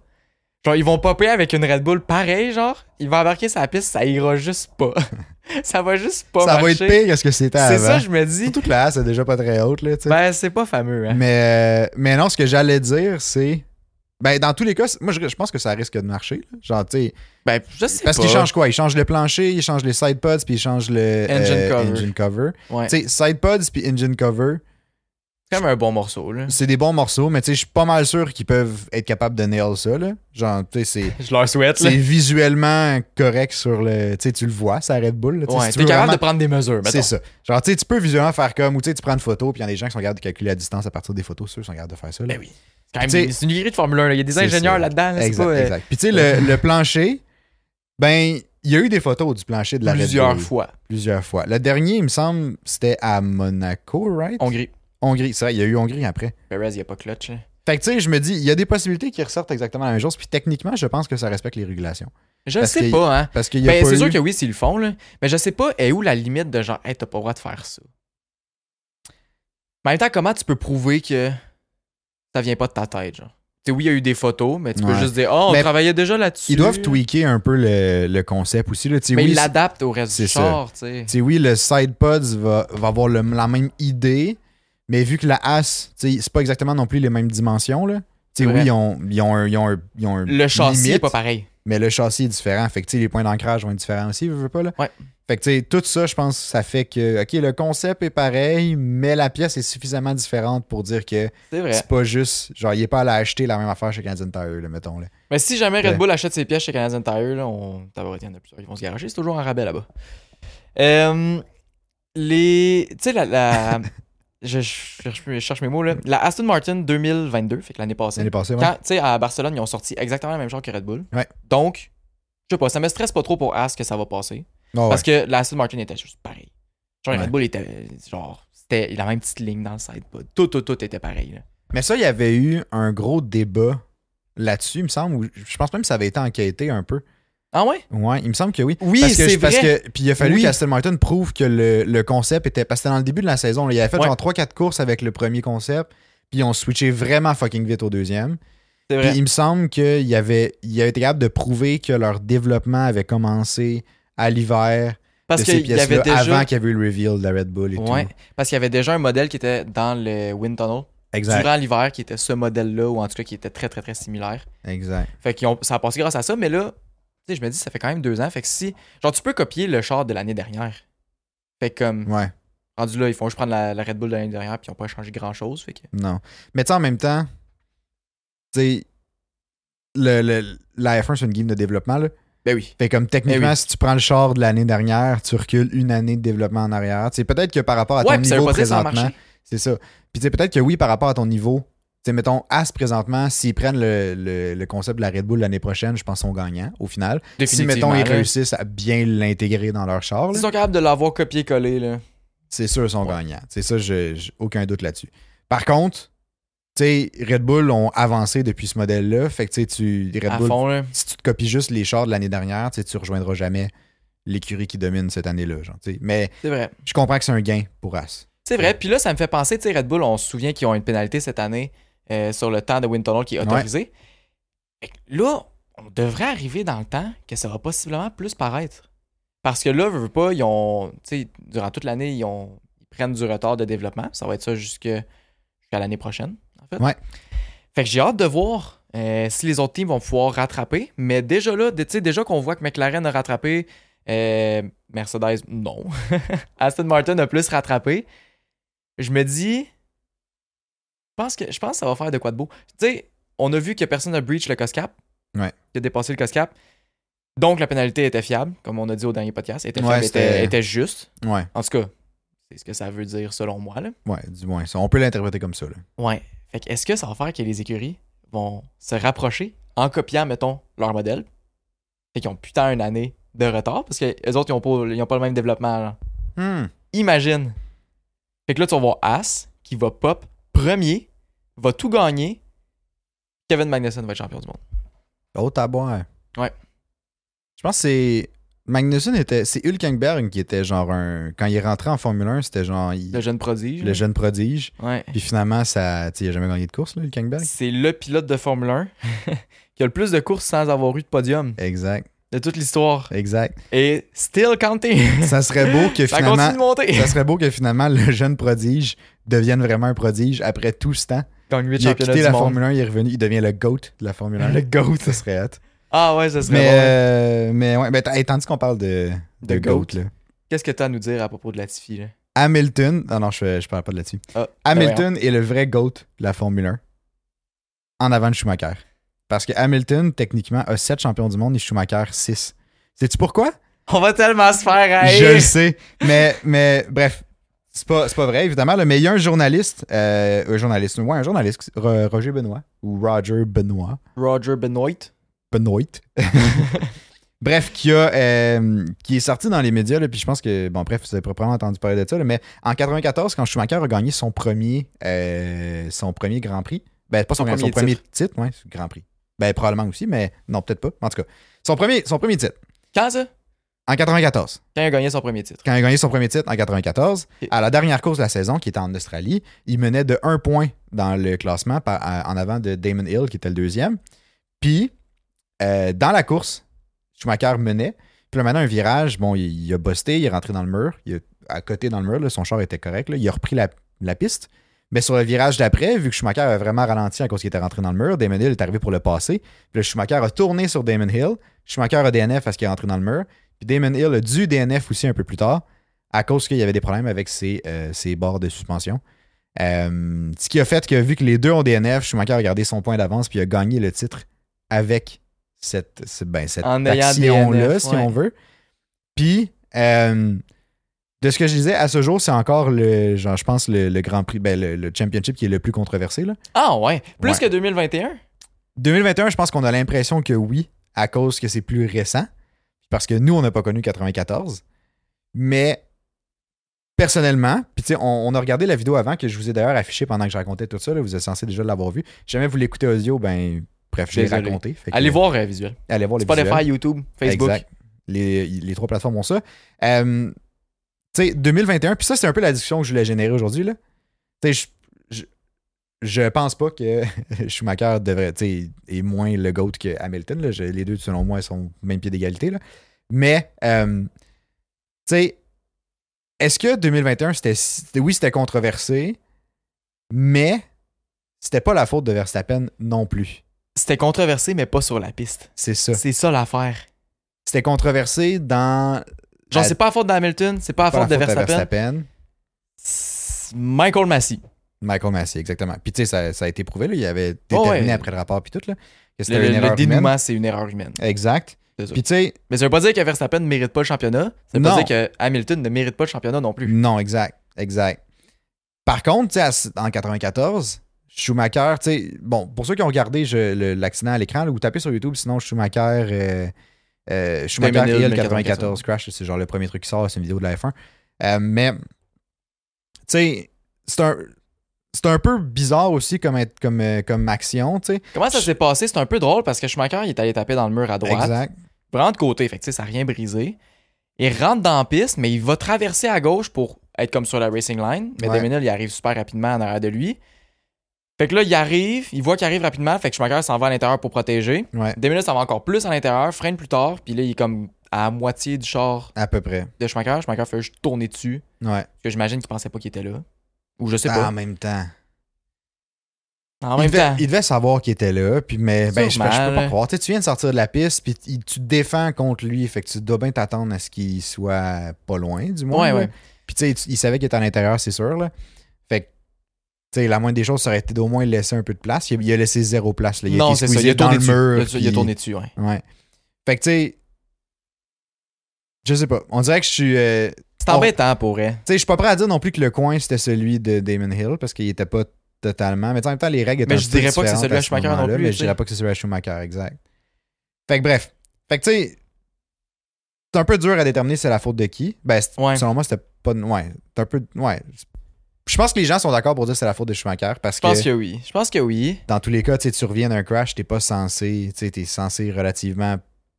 A: Genre, ils vont popper avec une Red Bull pareil, genre. Ils vont embarquer sa piste, ça ira juste pas. [laughs] ça va juste pas
B: ça va
A: marcher.
B: être pire que ce que c'était avant.
A: C'est ça, je me dis.
B: Surtout que la A, c'est déjà pas très haute, là, tu sais.
A: Ben, c'est pas fameux, hein.
B: mais, euh, mais non, ce que j'allais dire, c'est. Ben, dans tous les cas, c'est- moi, je, je pense que ça risque de marcher. là. Genre, tu sais.
A: Ben, je sais
B: Parce
A: pas.
B: qu'ils changent quoi Ils changent le plancher, ils changent les side pods, puis ils changent le. euh,
A: Engine cover.
B: engine cover.
A: Ouais.
B: Tu sais, side pods, puis engine cover,
A: C'est quand même un bon morceau, là.
B: c'est des bons morceaux, mais tu sais, je suis pas mal sûr qu'ils peuvent être capables de nail ça, là. Genre, tu sais, c'est.
A: Je leur souhaite, [laughs] là.
B: C'est visuellement correct sur le. Tu sais, tu le vois, ça Red Bull. là, tu sais,
A: Ouais,
B: si tu
A: t'es
B: veux
A: capable
B: vraiment-
A: de prendre des mesures,
B: C'est
A: mettons.
B: ça. Genre, tu sais, tu peux visuellement faire comme, ou tu sais, tu prends une photo, puis il y a des gens qui sont capables de calculer la distance à partir des photos, ceux qui sont capables de faire ça. là.
A: Ben oui. C'est quand même
B: T'sais,
A: des- c'est une grille de Formule 1, là. Il y a des
B: c'est
A: ingénieurs
B: ça.
A: là-dedans, là, c'est
B: exact,
A: pas, euh,
B: exact. Puis tu sais, le, le plancher, ben, il y a eu des photos du plancher de la Red
A: plusieurs
B: Bull.
A: fois.
B: Plusieurs fois. Le dernier, il me semble, c'était à Monaco, right?
A: Hongrie.
B: Hongrie, c'est vrai, il y a eu Hongrie après.
A: Perez, il y a pas clutch, hein. là.
B: Fait que tu sais, je me dis, il y a des possibilités qui ressortent exactement la même chose, puis techniquement, je pense que ça respecte les régulations.
A: Je
B: Parce
A: sais
B: que-
A: pas, hein.
B: Parce qu'il y a
A: Ben,
B: pas
A: c'est
B: eu-
A: sûr que oui, s'ils le font, là. Mais je sais pas, est où la limite de genre, hey, t'as pas le droit de faire ça. Mais en même temps, comment tu peux prouver que ça vient pas de ta tête, genre? Tu sais, oui, il y a eu des photos, mais tu peux
B: Ouais.
A: juste dire, oh, on
B: Mais
A: travaillait déjà là-dessus.
B: Ils doivent tweaker un peu le, le concept aussi. Là. Tu sais,
A: Mais
B: oui,
A: ils l'adaptent au reste du
B: c'est ça.
A: char, tu sais.
B: Tu sais, oui, le side pods va, va avoir le- la même idée, mais vu que la as, tu sais, c'est pas exactement non plus les mêmes dimensions. Là. Tu sais,
A: Vrai.
B: oui, ils ont, ils ont un, ils ont un- ils ont un
A: Le châssis
B: limite,
A: est pas pareil.
B: mais le châssis est différent. Fait que tu sais, les points d'ancrage vont être différents aussi, je veux pas. Là.
A: Ouais.
B: Fait que tu sais, tout ça, je pense, ça fait que, OK, le concept est pareil, mais la pièce est suffisamment différente pour dire que
A: C'est vrai.
B: c'est pas juste, genre, il est pas allé acheter la même affaire chez Canadian Tire, là, mettons. Là.
A: Mais si jamais Red
B: Ouais.
A: Bull achète ses pièces chez Canadian Tire, là, on... tabarouette, il y en a plusieurs qui vont se garager. C'est toujours un rabais là-bas. Euh, les... Tu sais, la... la-
B: [laughs]
A: je, cherche, je cherche mes mots, là. La Aston Martin 2022, fait que l'année passée.
B: L'année passée, ouais.
A: Quand, tu sais, à Barcelone, ils ont sorti exactement le même genre que Red Bull.
B: Ouais.
A: Donc, je sais pas, ça me stresse pas trop pour As que ça va passer.
B: Oh,
A: Parce que la Aston Martin était juste pareil. Genre,
B: Ouais.
A: Red Bull était... Genre, c'était la même petite ligne dans le sidepod. Tout, tout, tout était pareil, là.
B: Mais ça, il y avait eu un gros débat là-dessus, il me semble. ou Je pense même que ça avait été enquêté un peu.
A: Ah ouais?
B: Ouais, il me semble que oui.
A: Oui,
B: Parce que,
A: c'est
B: je- parce
A: vrai.
B: que- puis il a fallu
A: Oui.
B: qu'Aston Martin prouve que le, le concept était. Parce que c'était dans le début de la saison, là, il avait fait
A: Ouais.
B: genre 3-4 courses avec le premier concept, puis ils ont switché vraiment fucking vite au deuxième.
A: C'est
B: Puis
A: vrai.
B: il me semble qu'ils avaient, ils avaient été capables de prouver que leur développement avait commencé à l'hiver
A: Parce
B: de ces
A: qu'il y avait
B: pièces-là
A: déjà...
B: avant qu'il y avait eu le reveal de la Red Bull et
A: Ouais,
B: tout.
A: parce qu'il y avait déjà un modèle qui était dans le Wind Tunnel
B: Exact.
A: durant l'hiver, qui était ce modèle-là, ou en tout cas qui était très très très similaire.
B: Exact.
A: Fait qu'ils ont, ça a passé grâce à ça, mais là, tu sais, je me dis, ça fait quand même deux ans. Fait que si, genre, tu peux copier le char de l'année dernière. Fait que, comme,
B: Ouais.
A: rendu là, ils font juste prendre la, la Red Bull de l'année dernière, puis ils ont pas changé grand-chose. Fait que,
B: Non. Mais tu sais, en même temps, tu sais, le, le- la F1, c'est une game de développement. Là.
A: ben oui.
B: Fait comme techniquement,
A: Eh oui.
B: si tu prends le char de l'année dernière, tu recules une année de développement en arrière. Tu sais, peut-être que par rapport à ton
A: ouais, puis ça veut
B: niveau
A: pas dire que ça a
B: présentement,
A: marché.
B: c'est ça. Puis tu sais, peut-être que oui, par rapport à ton niveau, tu sais, mettons, As présentement, s'ils prennent le, le- le concept de la Red Bull l'année prochaine, je pense qu'ils sont gagnants au final. Si, mettons,
A: Définitivement,
B: ils
A: là.
B: réussissent à bien l'intégrer dans leur char, là,
A: S'ils sont capables de l'avoir copié-collé, là.
B: c'est sûr, ils sont
A: Ouais.
B: gagnants. C'est ça, je, je- aucun doute là-dessus. Par contre, tu sais, Red Bull ont avancé depuis ce modèle-là. Fait que tu sais, tu- Red
A: à
B: Bull,
A: fond, là.
B: si tu te copies juste les chars de l'année dernière, tu sais, tu rejoindras jamais l'écurie qui domine cette année-là. genre, tu sais. Mais
A: C'est vrai.
B: je comprends que c'est un gain pour As.
A: C'est vrai. Puis là, ça me fait penser, tu sais, Red Bull, on se souvient qu'ils ont une pénalité cette année euh, sur le temps de Wind Tunnel qui est autorisé. Fait que Là, on devrait arriver dans le temps que ça va possiblement plus paraître. Parce que là, veux, veux pas, ils ont, tu sais, durant toute l'année, ils, ont- ils prennent du retard de développement. Ça va être ça jusque- jusqu'à l'année prochaine, en fait.
B: Ouais.
A: Fait que j'ai hâte de voir euh, si les autres teams vont pouvoir rattraper. Mais déjà là, tu sais, déjà qu'on voit que McLaren a rattrapé, euh, Mercedes, non. [laughs] Aston Martin a plus rattrapé. Je me dis, je pense que, je pense que ça va faire de quoi de beau. Tu sais, on a vu que personne n'a breach le COSCAP.
B: Ouais.
A: Qui a dépassé le COSCAP. Donc, la pénalité était fiable, comme on a dit au dernier podcast. Était fiable,
B: Ouais, c'était-
A: était, était juste.
B: Ouais,
A: En tout cas, c'est ce que ça veut dire selon moi. Là.
B: ouais, du moins. ça, on peut l'interpréter comme ça. là.
A: Ouais. Fait que est-ce que ça va faire que les écuries vont se rapprocher en copiant, mettons, leur modèle? Fait qu'ils ont putain une année de retard parce que les autres, ils ont pas, ils ont pas le même développement. là.
B: Hmm.
A: Imagine. Fait que là, tu vas voir As qui va pop premier, va tout gagner. Kevin Magnussen va être champion du monde.
B: Haute à boire.
A: Ouais.
B: Je pense que c'est. Magnussen était. C'est Hülkenberg qui était genre un. Quand il est rentré en Formule 1, c'était genre. il-
A: Le jeune prodige.
B: le jeune prodige.
A: Ouais.
B: Puis finalement, ça, tu sais, il a jamais gagné de course, là, le Kangberg.
A: C'est le pilote de Formule 1 [laughs] qui a le plus de courses sans avoir eu de podium
B: Exact,
A: de toute l'histoire.
B: exact.
A: Et still counting.
B: [laughs] Ça serait beau
A: [laughs]
B: que
A: Ça continue
B: finalement,
A: de monter.
B: ça serait beau que finalement le jeune prodige devienne vraiment un prodige après tout ce temps.
A: Gagne 8
B: Il a
A: championnats
B: quitté
A: du
B: la
A: monde.
B: Formule 1, il est revenu, il devient le goat de la Formule 1.
A: [laughs] Le
B: goat, ça serait hâte.
A: Ah ouais, ça serait
B: Mais,
A: bon.
B: euh, mais ouais, ben, t- hey, tandis qu'on parle de, de
A: De
B: goat,
A: goat.
B: là.
A: Qu'est-ce que t'as à nous dire à propos de Latifi là?
B: Hamilton, ah non, non, je, je parle pas de là-dessus.
A: Ah,
B: Hamilton est le vrai GOAT de la Formule 1 en avant de Schumacher. Parce que Hamilton, techniquement, a 7 champions du monde et Schumacher 6. Sais-tu pourquoi?
A: On va tellement se faire
B: Je le
A: haïr.
B: sais. Mais, mais bref, c'est pas, c'est pas vrai, évidemment. là, mais il y a un journaliste, euh, un journaliste, ouais, un journaliste, Ro- Roger Benoit, ou Roger Benoit,
A: Roger Benoit.
B: Benoit. [laughs] bref, qui, a, euh, qui est sorti dans les médias, là, puis je pense que, bon, bref, vous avez probablement entendu parler de ça, là, mais en 94, quand Schumacher a gagné son premier, euh, son premier Grand Prix, ben, pas son,
A: Son
B: grand- son
A: premier
B: premier titre, ouais, Grand Prix. Ben, probablement aussi, mais non, peut-être pas. En tout cas, son premier, son premier titre
A: Quand ça?
B: en En 94.
A: Quand il a gagné son premier titre.
B: quand il a gagné son premier titre en 94,
A: Ok.
B: à la dernière course de la saison, qui était en Australie, il menait de un point dans le classement par- à- en avant de Damon Hill, qui était le deuxième. Puis, euh, dans la course, Schumacher menait. Puis là, maintenant, un virage, bon, il, il a busté, il est rentré dans le mur, il a, à côté dans le mur, là, son char était correct, là, il a repris la, la piste. Mais sur le virage d'après, vu que Schumacher avait vraiment ralenti à cause qu'il était rentré dans le mur, Damon Hill est arrivé pour le passer. Puis là, Schumacher a tourné sur Damon Hill. Schumacher a DNF parce qu'il est rentré dans le mur. Puis Damon Hill a dû DNF aussi un peu plus tard à cause qu'il y avait des problèmes avec ses, euh, ses barres de suspension. Euh, ce qui a fait que vu que les deux ont DNF, Schumacher a gardé son point d'avance puis il a gagné le titre avec cette, ce- ben, cette
A: En ayant
B: action-là,
A: DNF,
B: si
A: ouais.
B: on veut. Puis, euh, de ce que je disais, à ce jour, c'est encore, le, genre, je pense, le, le Grand Prix, ben, le, le Championship qui est le plus controversé. Là.
A: Ah ouais. Plus
B: Ouais.
A: que 2021.
B: 2021, je pense qu'on a l'impression que oui, à cause que c'est plus récent, parce que nous, on n'a pas connu 94. Mais personnellement, puis tu sais, on, on a regardé la vidéo avant que je vous ai d'ailleurs affichée pendant que je racontais tout ça. là, vous êtes censé déjà l'avoir vu. Si jamais vous l'écoutez audio, ben bref, je l'ai
A: Désolé.
B: raconté. fait que-
A: Allez voir euh, visuel.
B: Allez voir les
A: Spotify, YouTube, Facebook.
B: Exact. Les, les trois plateformes ont ça. Euh, tu sais, 2021, puis ça, c'est un peu la discussion que je voulais générer aujourd'hui. là. Tu sais, je, je, je pense pas que [laughs] Schumacher devrait, tu sais, est moins le GOAT que Hamilton. là. Je- les deux, selon moi, sont même pied d'égalité. là. Mais, euh, tu sais, est-ce que 2021, c'était, c'était- oui, c'était controversé, mais c'était pas la faute de Verstappen non plus.
A: C'était controversé, mais pas sur la piste.
B: C'est ça.
A: C'est ça l'affaire.
B: C'était controversé dans
A: Genre,
B: La-
A: c'est pas la faute d'Hamilton, c'est pas la
B: pas
A: faute de
B: à
A: Verstappen.
B: Verstappen.
A: C'est Michael Massey.
B: Michael Massey, exactement. Puis tu sais, ça, ça a été prouvé, là, il avait
A: Oh,
B: déterminé
A: ouais.
B: après le rapport, puis tout, là, que c'était
A: Le,
B: une
A: le
B: erreur humaine.
A: dénouement, c'est une erreur humaine.
B: Exact.
A: C'est ça.
B: Puis tu sais,
A: Mais ça veut pas dire que Verstappen ne mérite pas le championnat. Ça veut pas
B: Non.
A: dire que Hamilton ne mérite pas le championnat non plus.
B: non, exact, exact. Par contre, tu sais, à ce- en 94, Schumacher, tu sais, bon, pour ceux qui ont regardé je- le- l'accident à l'écran, là, ou tapez sur YouTube, sinon Schumacher, euh, euh, Schumacher
A: Damon Hill,
B: et le
A: 94.
B: 94 Crash, c'est genre le premier truc qui sort, c'est une vidéo de la F1. Euh, mais, tu sais, c'est un, c'est un peu bizarre aussi comme, être- comme, euh, comme action, tu sais.
A: Comment ça s'est passé? C'est un peu drôle parce que Schumacher, il est allé taper dans le mur à droite.
B: Exact.
A: Vraiment de côté. Fait que, tu sais, ça n'a rien brisé. Il rentre dans la piste, mais il va traverser à gauche pour être comme sur la racing line. Mais
B: Ouais.
A: Damon Hill, il arrive super rapidement en arrière de lui. Fait que là, il arrive, il voit qu'il arrive rapidement. Fait que Schumacher s'en va à l'intérieur pour protéger.
B: Ouais,
A: Damon Hill s'en va encore plus à l'intérieur, freine plus tard. Puis là, il est comme à moitié du char
B: à peu près.
A: de Schumacher. Schumacher fait juste tourner dessus.
B: Ouais.
A: Parce que j'imagine qu'il pensait pas qu'il était là. Ou je sais
B: Ah, En
A: pas.
B: même temps.
A: En
B: il,
A: même
B: devait,
A: temps.
B: il devait savoir qu'il était là, puis mais ben, je,
A: Sûrement,
B: je peux
A: là.
B: pas croire. Tu, sais, tu viens de sortir de la piste, puis il- tu te défends contre lui, fait que tu dois bien t'attendre à ce qu'il soit pas loin, du moins.
A: Ouais,
B: là.
A: ouais.
B: Puis tu sais, tu- il savait qu'il était à l'intérieur, c'est sûr. Là. Fait que, tu sais, la moindre des choses, ça aurait été d'au moins laisser un peu de place. Il, a- il a laissé zéro place. Là. Il
A: non,
B: été
A: c'est ça.
B: squeezé
A: Il a
B: dans
A: tourné
B: le
A: dessus.
B: mur,
A: Il a- il a
B: puis-
A: tourné dessus, ouais.
B: Ouais. Fait que, tu sais, je sais pas. On dirait que je suis. euh,
A: C'est embêtant pour elle.
B: Tu sais, je suis pas prêt à dire non plus que le coin, c'était celui de Damon Hill parce qu'il était pas totalement. Mais en même temps, les règles étaient
A: Mais
B: un
A: je
B: petit peu
A: dirais pas que c'est
B: différentes
A: celui à
B: ce
A: Schumacher non
B: moment-là,
A: plus,
B: Mais
A: tu
B: je
A: sais.
B: dirais pas que c'est celui à Schumacher, exact. Fait que bref. Fait que tu sais, c'est un peu dur à déterminer si c'est la faute de qui. Ben, c'est-
A: Ouais.
B: selon moi, c'était pas. de- Ouais, c'est un peu. Ouais. Je pense que les gens sont d'accord pour dire que c'est la faute de Schumacher parce
A: Je pense
B: que,
A: que oui. Je pense que oui.
B: dans tous les cas, tu sais, tu reviens d'un crash, t'es pas censé. Tu sais, t'es censé relativement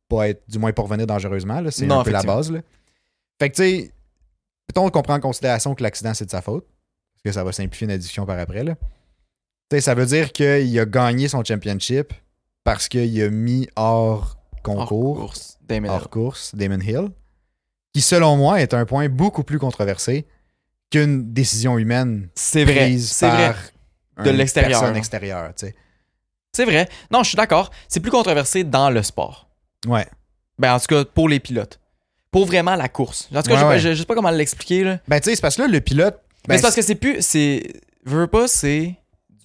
B: pas être. Du moins, pas revenir dangereusement. là. C'est
A: Non,
B: un peu la
A: effectivement.
B: base. Là. Fait que tu sais, peut-on qu'on prend en considération que l'accident, c'est de sa faute? Parce que ça va simplifier notre discussion par après. Là. Tu sais, ça veut dire qu'il a gagné son championship parce qu'il a mis hors
A: Hors
B: concours,
A: course. Damon Hill.
B: hors course, Damon Hill, qui selon moi est un point beaucoup plus controversé qu'une décision humaine
A: C'est vrai.
B: prise
A: C'est vrai.
B: par
A: De
B: une
A: l'extérieur, hein.
B: personne
A: là.
B: extérieure. tu sais.
A: C'est vrai. Non, je suis d'accord. C'est plus controversé dans le sport.
B: Ouais.
A: Ben, en tout cas, pour les pilotes. Pour vraiment la course. En tout cas,
B: Ouais,
A: je-
B: ouais.
A: je, je sais pas comment l'expliquer. là.
B: Ben, tu sais, c'est parce que là, le pilote.
A: Mais
B: ben,
A: c'est parce que c'est plus. C'est. Je veux pas, c'est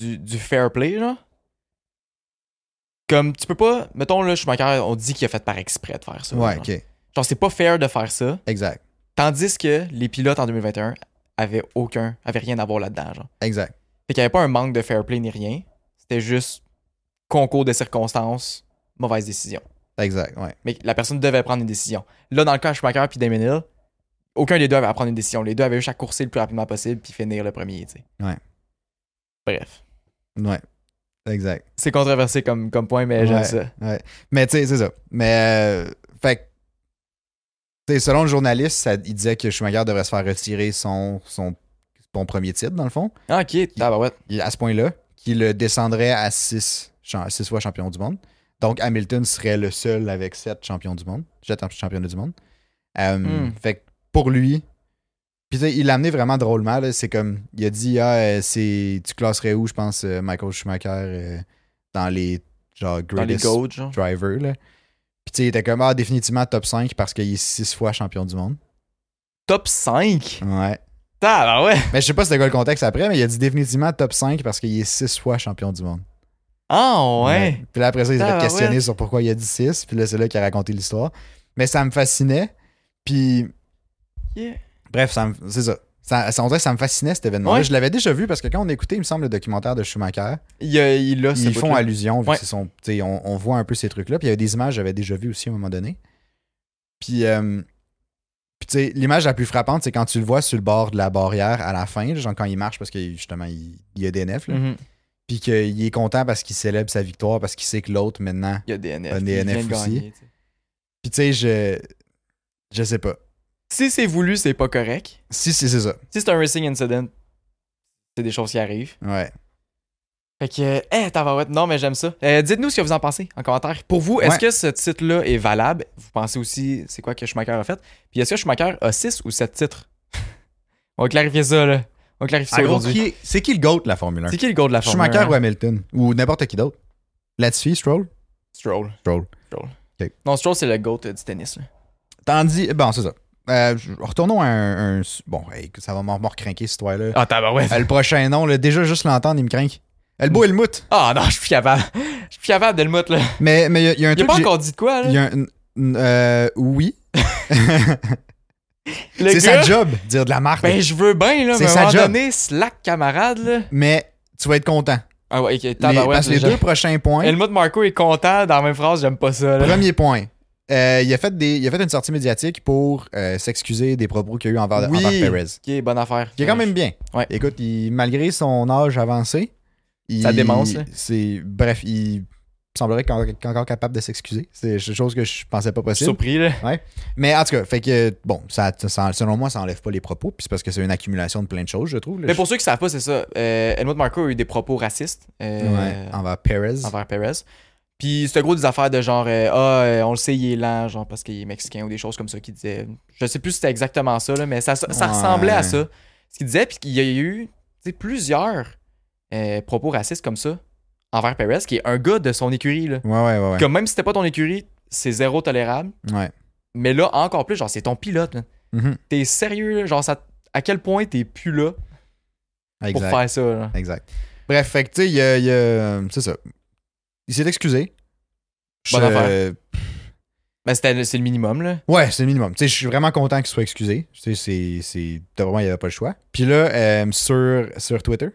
A: du, du fair play, là. Comme tu peux pas. Mettons, là, Schumacher, on dit qu'il a fait par exprès de faire ça.
B: Ouais,
A: genre.
B: ok.
A: Genre, c'est pas fair de faire ça.
B: Exact.
A: Tandis que les pilotes en 2021 avaient aucun. avaient rien à voir là-dedans, genre.
B: Exact.
A: Fait qu'il n'y avait pas un manque de fair play ni rien. C'était juste concours de circonstances, mauvaise décision.
B: Exact. Ouais.
A: Mais la personne devait prendre une décision. Là, dans le cas de Schumacher puis Damon Hill, aucun des deux avait à prendre une décision. Les deux avaient juste à courser le plus rapidement possible puis finir le premier, tu sais.
B: Ouais.
A: Bref.
B: Ouais. Exact.
A: C'est controversé comme, comme point, mais j'aime
B: Ouais.
A: ça.
B: Mais tu sais, c'est ça. Mais. euh, fait que T'sais, selon le journaliste, ça- il disait que Schumacher devrait se faire retirer son, son, son premier titre, dans le fond,
A: Ah, ok, tabarouette.
B: Il- à ce point-là, qu'il le descendrait à 6 fois champion du monde. Donc, Hamilton serait le seul avec 7 champions du monde. J'attends championnat du monde. Euh,
A: Hmm.
B: Fait que pour lui, puis t'sais, il l'a amené vraiment drôlement. là. C'est comme, il a dit, ah, euh, c'est, tu classerais où, je pense, euh, Michael Schumacher euh, dans les genre,
A: Dans les
B: greatest
A: goats, genre.
B: driver. Là. Puis tu sais, il était comme, ah, définitivement top 5 parce qu'il est 6 fois champion du monde.
A: Top 5?
B: Ouais.
A: Tabarouette.
B: Mais je sais pas c'était quoi le contexte après, mais il a dit définitivement top 5 parce qu'il est 6 fois champion du monde.
A: Ah, ouais.
B: Puis là, après ça, il s'est fait
A: Tabarouette.
B: questionner sur pourquoi il a dit 6. Puis là, c'est là qu'il a raconté l'histoire. Mais ça me fascinait. Puis
A: Yeah.
B: bref, ça me- c'est ça. Ça, ça- on dirait que ça me fascinait cet événement.
A: Ouais.
B: Je l'avais déjà vu parce que quand on écoutait, il me semble, le documentaire de Schumacher,
A: Il, a- il a ce
B: ils font
A: bout-là.
B: allusion. vu que
A: Ouais.
B: c'est son- tu sais, on, on voit un peu ces trucs-là. Puis il y a des images que j'avais déjà vues aussi à un moment donné. Puis, euh, puis tu sais, l'image la plus frappante, c'est quand tu le vois sur le bord de la barrière à la fin, genre quand il marche parce que justement, il, il y a des nefs. là.
A: Mhm.
B: Puis qu'il est content parce qu'il célèbre sa victoire, parce qu'il sait que l'autre maintenant.
A: Il y a DNF.
B: Un
A: il
B: DNF
A: vient de
B: aussi.
A: gagner, tu sais.
B: Puis tu sais, je. Je sais pas.
A: Si c'est voulu, c'est pas correct.
B: Si, si, c'est ça.
A: Si c'est un racing incident, c'est des choses qui arrivent.
B: Ouais.
A: Fait que, eh, tabarouette, non, mais j'aime ça. Euh, Dites-nous ce que vous en pensez en commentaire. Pour vous, est-ce
B: Ouais.
A: que ce titre-là est valable Vous pensez aussi, c'est quoi que Schumacher a fait Puis est-ce que Schumacher a 6 ou 7 titres [laughs] On va clarifier ça, là. On va clarifier ça
B: En gros,
A: aujourd'hui.
B: qui est- c'est qui le GOAT de la Formule hein? 1
A: C'est qui le goal de la Formule hein?
B: Schumacher
A: 1?
B: ou Hamilton Ou n'importe qui d'autre Latifi, Stroll
A: Stroll.
B: Stroll.
A: Non, Stroll, c'est le goat euh, du tennis. là.
B: Tandis, eh, bon, c'est ça. Euh, je- retournons à un. un- bon, hey, ça va m'en recrinquer cette [laughs] histoire-là.
A: Ah, tabarouette.
B: Euh, le prochain nom, là, déjà juste l'entendre, il me craint. El beau Helmut.
A: Ah, non, je suis plus capable. Je suis plus capable d'Helmut, là.
B: Mais mais il y a- il y, a hein? un
A: Il a
B: truc.
A: pas
B: j'ai-
A: encore dit de quoi, là.
B: il y a un- n- euh, oui.
A: Le
B: c'est sa
A: gars,
B: job, dire de la marque.
A: Ben, je veux bien, là.
B: C'est
A: Mais à un
B: sa
A: moment
B: job.
A: donné, slack, camarade, là.
B: mais tu vas être content.
A: Ah, ouais, ok,
B: Les-
A: tabarouette.
B: parce que les
A: déjà.
B: deux prochains points.
A: Helmut Marco est content dans la même phrase, j'aime pas ça, là.
B: Premier point. Euh, il, a fait des, il a fait une sortie médiatique pour euh, s'excuser des propos qu'il y a eu envers,
A: Oui.
B: envers Perez.
A: Ok, bonne affaire.
B: Qui est quand même bien.
A: Ouais.
B: Écoute, il- malgré son âge avancé, il,
A: Ça démence, hein. là.
B: c'est Bref, il semblerait qu'en- qu'il est encore capable de s'excuser. C'est une chose que je pensais pas possible.
A: surpris, là.
B: Mais en tout cas, fait que bon, ça, ça- selon moi, ça enlève pas les propos. Puis c'est parce que c'est une accumulation de plein de choses, je trouve. là.
A: Mais pour ceux qui savent pas, c'est ça. Euh, Helmut Marko a eu des propos racistes euh,
B: Ouais, envers Perez.
A: envers Perez. Puis c'était gros des affaires de genre, euh, ah, euh, on le sait, il est lent, genre parce qu'il est mexicain ou des choses comme ça qu'il disait. Je sais plus si c'était exactement ça, là, mais ça, ça
B: Ouais.
A: ressemblait à ça. Ce qu'il disait, puis qu'il y a eu tu sais, plusieurs euh, propos racistes comme ça envers Perez, qui est un gars de son écurie. Là.
B: Ouais, ouais, ouais. ouais.
A: Comme même si c'était pas ton écurie, c'est zéro tolérable.
B: Ouais.
A: Mais là, encore plus, genre, c'est ton pilote. man.
B: Mhm.
A: T'es sérieux, là? genre, ça, à quel point t'es plus là pour
B: Exact.
A: faire ça. là?
B: Exact. Bref, fait que tu sais, il y a- il y a- c'est ça. Il s'est excusé.
A: Bonne
B: Je-
A: affaire. Ben, c'était- c'est le minimum, là.
B: Ouais, c'est le minimum. Tu sais, je suis vraiment content qu'il soit excusé. Tu sais, c'est- c'est. t'as Vraiment, il n'y avait pas le choix. Puis là, euh, sur, sur Twitter,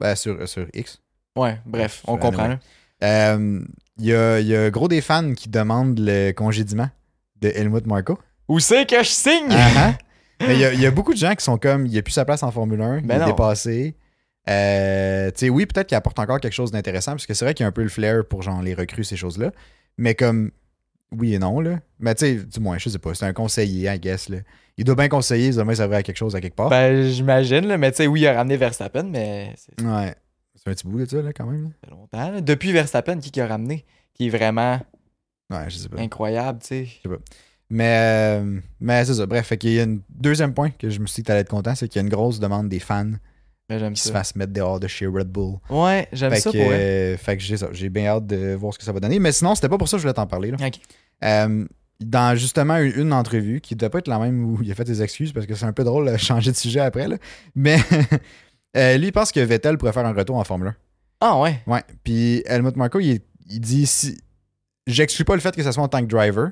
B: ben, sur, euh, sur X,
A: Ouais, bref, on
B: Anyway.
A: comprend. là.
B: euh, il y, a, il y a gros des fans qui demandent le congédiement de Helmut Marko.
A: Où c'est que je signe?
B: Ah, ah. [laughs] Mais il y a- il y, a beaucoup de gens qui sont comme, il n'y a plus sa place en Formule 1, il
A: Ben
B: est
A: non.
B: dépassé. Euh, tu sais, oui, peut-être qu'il apporte encore quelque chose d'intéressant, parce que c'est vrai qu'il y a un peu le flair pour genre les recrues, ces choses-là. Mais comme, oui et non, là. Mais tu sais, du moins, je sais pas, c'est un conseiller, I guess, là. Il doit bien conseiller, il doit bien servir à quelque chose, à quelque part.
A: Ben, j'imagine, là, mais tu sais, oui, il a ramené Verstappen, mais c'est ça
B: ouais. C'est un petit bout de ça, là, quand même.
A: fait longtemps. là. Depuis Verstappen, qui qui a ramené? Qui est vraiment
B: là. Ouais, je sais pas.
A: incroyable, tu sais.
B: Mais, euh, mais c'est ça, bref. Fait qu'il y a un deuxième point que je me suis dit que t'allais être content, c'est qu'il y a une grosse demande des fans
A: Mais Ben, j'aime
B: qui se
A: ça.
B: fassent mettre dehors de chez Red Bull.
A: Ouais, j'aime
B: Fait
A: ça
B: que,
A: pour elle.
B: euh, fait que j'ai ça. J'ai bien hâte de voir ce que ça va donner. Mais sinon, c'était pas pour ça que je voulais t'en parler. là.
A: Ok.
B: Euh, dans justement une, une entrevue qui devait pas être la même où il a fait des excuses parce que c'est un peu drôle de [laughs] changer de sujet après. là. Mais [laughs] euh, lui, il pense que Vettel pourrait faire un retour en Formule
A: Ah ouais.
B: 1. Ouais. Puis Helmut Marko, il, il dit si. J'exclus pas le fait que ça soit en tant que driver,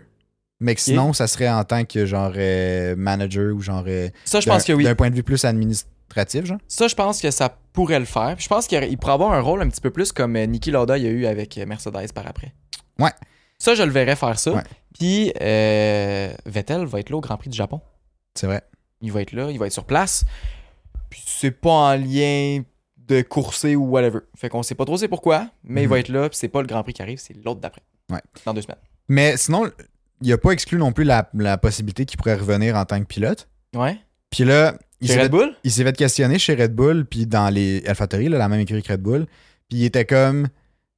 B: mais que
A: Ok.
B: sinon, ça serait en tant que genre euh, manager ou genre. euh,
A: Ça, je
B: d'un-
A: pense que oui.
B: D'un point de vue plus administratif, genre.
A: Ça, je pense que ça pourrait le faire. Puis Je pense qu'il pourrait avoir un rôle un petit peu plus comme euh, Niki Lauda il y a eu avec euh, Mercedes par après.
B: Ouais.
A: Ça, je le verrais faire ça.
B: Ouais.
A: Puis euh, Vettel va être là au Grand Prix du Japon.
B: C'est vrai.
A: Il va être là, il va être sur place. Puis c'est pas en lien de courser ou whatever. Fait qu'on sait pas trop c'est pourquoi, mais il
B: Mhm.
A: va être là. Puis c'est pas le Grand Prix qui arrive, c'est l'autre d'après.
B: Ouais.
A: Dans deux semaines.
B: Mais sinon, il a pas exclu non plus la, la possibilité qu'il pourrait revenir en tant que pilote.
A: Ouais.
B: Puis là, il
A: Chez
B: s'est
A: Red Bull?
B: il s'est fait questionner chez Red Bull, puis dans les AlphaTauri, là, la même écurie que Red Bull. Puis il était comme,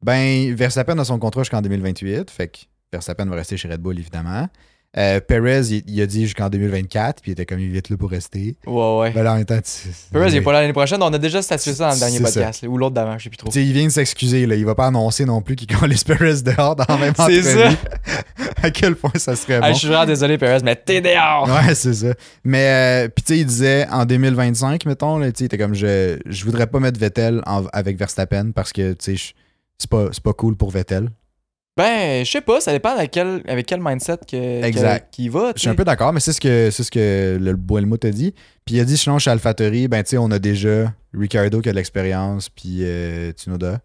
B: ben, Verstappen a son contrat jusqu'en 2028, fait que Verstappen va rester chez Red Bull, évidemment. Euh, Perez, il, il a dit jusqu'en 2024, puis il était comme, il vite là pour
A: [laughs]
B: rester.
A: Ouais, ouais.
B: Ben là, en même temps, tu-
A: Perez, il est pas là l'année prochaine. On a déjà statué ça dans le dernier
B: C'est ça.
A: podcast, là, ou l'autre d'avant, je sais plus trop.
B: Tu sais, il vient de s'excuser, là. Il va pas annoncer non plus qu'il [laughs] colle Perez dehors dans la même
A: C'est ça.
B: entrevue. [laughs] à quel point ça serait
A: Ah,
B: bon.
A: je suis vraiment désolé, Perez, mais t'es dehors!
B: Ouais, [laughs] c'est ça. Mais, euh, puis tu sais, il disait en 2025, mettons, là, tu sais, il était comme je, je voudrais pas mettre Vettel en- avec Verstappen parce que, tu sais, je- c'est pas, c'est pas cool pour Vettel.
A: Ben, je sais pas, ça dépend à quel- avec quel mindset que, que-
B: Exact.
A: qu'il va.
B: Je
A: tu
B: suis un
A: sais.
B: peu d'accord, mais c'est ce que, c'est ce que le Boelmouth a dit. Puis il a dit, sinon, chez AlphaTauri, ben, tu sais, on a déjà Ricardo qui a de l'expérience, puis euh, Tsunoda.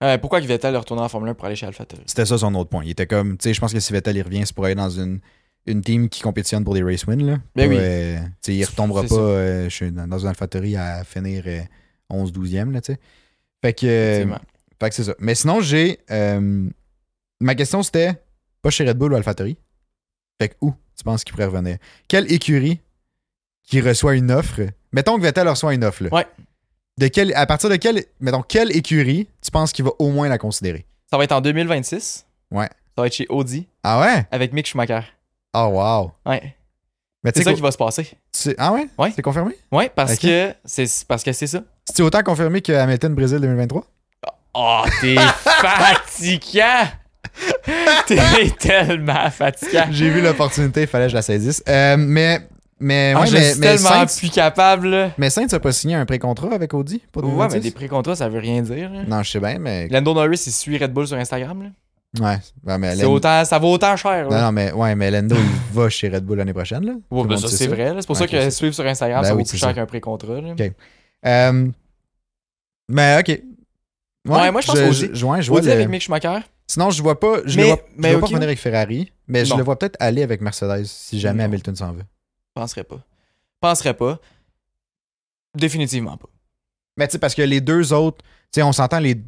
A: Ouais, Euh, pourquoi qu'il Vettel retourner en Formule 1 pour aller chez AlphaTauri?
B: C'était ça son autre point. Il était comme, tu sais, je pense que si Vettel il revient, c'est pour aller dans une, une team qui compétitionne pour des race wins. Là.
A: Ben
B: Pas,
A: oui.
B: euh, tu sais, il retombera
A: C'est
B: pas
A: ça.
B: euh, je suis dans, dans une alphaterie à finir 11-12e. Là, tu sais. fait que, euh,
A: Effectivement.
B: fait que c'est ça. Mais sinon, j'ai. euh, ma question c'était pas chez Red Bull ou AlphaTauri. Fait que où tu penses qu'il pourrait revenir Quelle écurie qui reçoit une offre Mettons que Vettel reçoit une offre. Là.
A: Ouais.
B: De quelle, à partir de quelle. Mettons, quelle écurie tu penses qu'il va au moins la considérer
A: Ça va être en 2026.
B: Ouais.
A: Ça va être chez Audi
B: Ah ouais
A: avec Mick Schumacher.
B: Ah wow
A: Ouais.
B: Mais tu
A: C'est
B: sais
A: ça
B: quoi-
A: qui va se passer.
B: tu sais- Ah ouais?
A: Ouais.
B: C'est confirmé?
A: Ouais, parce
B: Ok.
A: que c'est parce que c'est ça.
B: C'est autant confirmé que Hamilton Brésil 2023?
A: Oh,
B: [laughs]
A: t'es fatigant! t'es tellement fatigant!
B: J'ai vu l'opportunité, il fallait que je la saisisse. Euh, mais mais,
A: Ah,
B: ouais,
A: je
B: mais,
A: suis
B: mais
A: tellement
B: Sainz-
A: plus capable. là.
B: mais Sainz a pas signé un pré-contrat avec Audi pour
A: Ouais,
B: 2026?
A: mais des pré-contrats, ça veut rien dire. là.
B: Non, je sais bien, mais.
A: Lando Norris, il suit Red Bull sur Instagram. là.
B: Ouais, ouais, mais
A: C'est
B: Euh, Lando-
A: autant, ça vaut autant cher.
B: Non,
A: là.
B: non, mais, ouais, mais Lando, il va chez Red Bull l'année prochaine. Là. Tout
A: Ouais,
B: le
A: ben
B: monde
A: ça,
B: sait
A: c'est vrai. là. C'est pour
B: Ouais,
A: ça
B: ok,
A: que
B: c'est-
A: suivre sur Instagram,
B: Ben
A: ça
B: oui,
A: vaut
B: c'est
A: plus cher
B: ça.
A: qu'un pré-contrat. là.
B: Ok. Euh, Mais ok.
A: Ouais, moi, je pense qu'Audi.
B: je- ouais, je vois
A: Audi
B: le-
A: avec Mick Schumacher.
B: Sinon, je vois pas. Je
A: Mais-
B: le vois, je
A: mais
B: le
A: ok,
B: vois pas venir
A: ouais.
B: avec Ferrari, mais je
A: Non.
B: le vois peut-être aller avec Mercedes si jamais
A: Non.
B: Hamilton s'en veut.
A: Penserais pas. Penserais pas. Définitivement pas.
B: Mais tu sais, parce que les deux autres, tu sais, on s'entend les,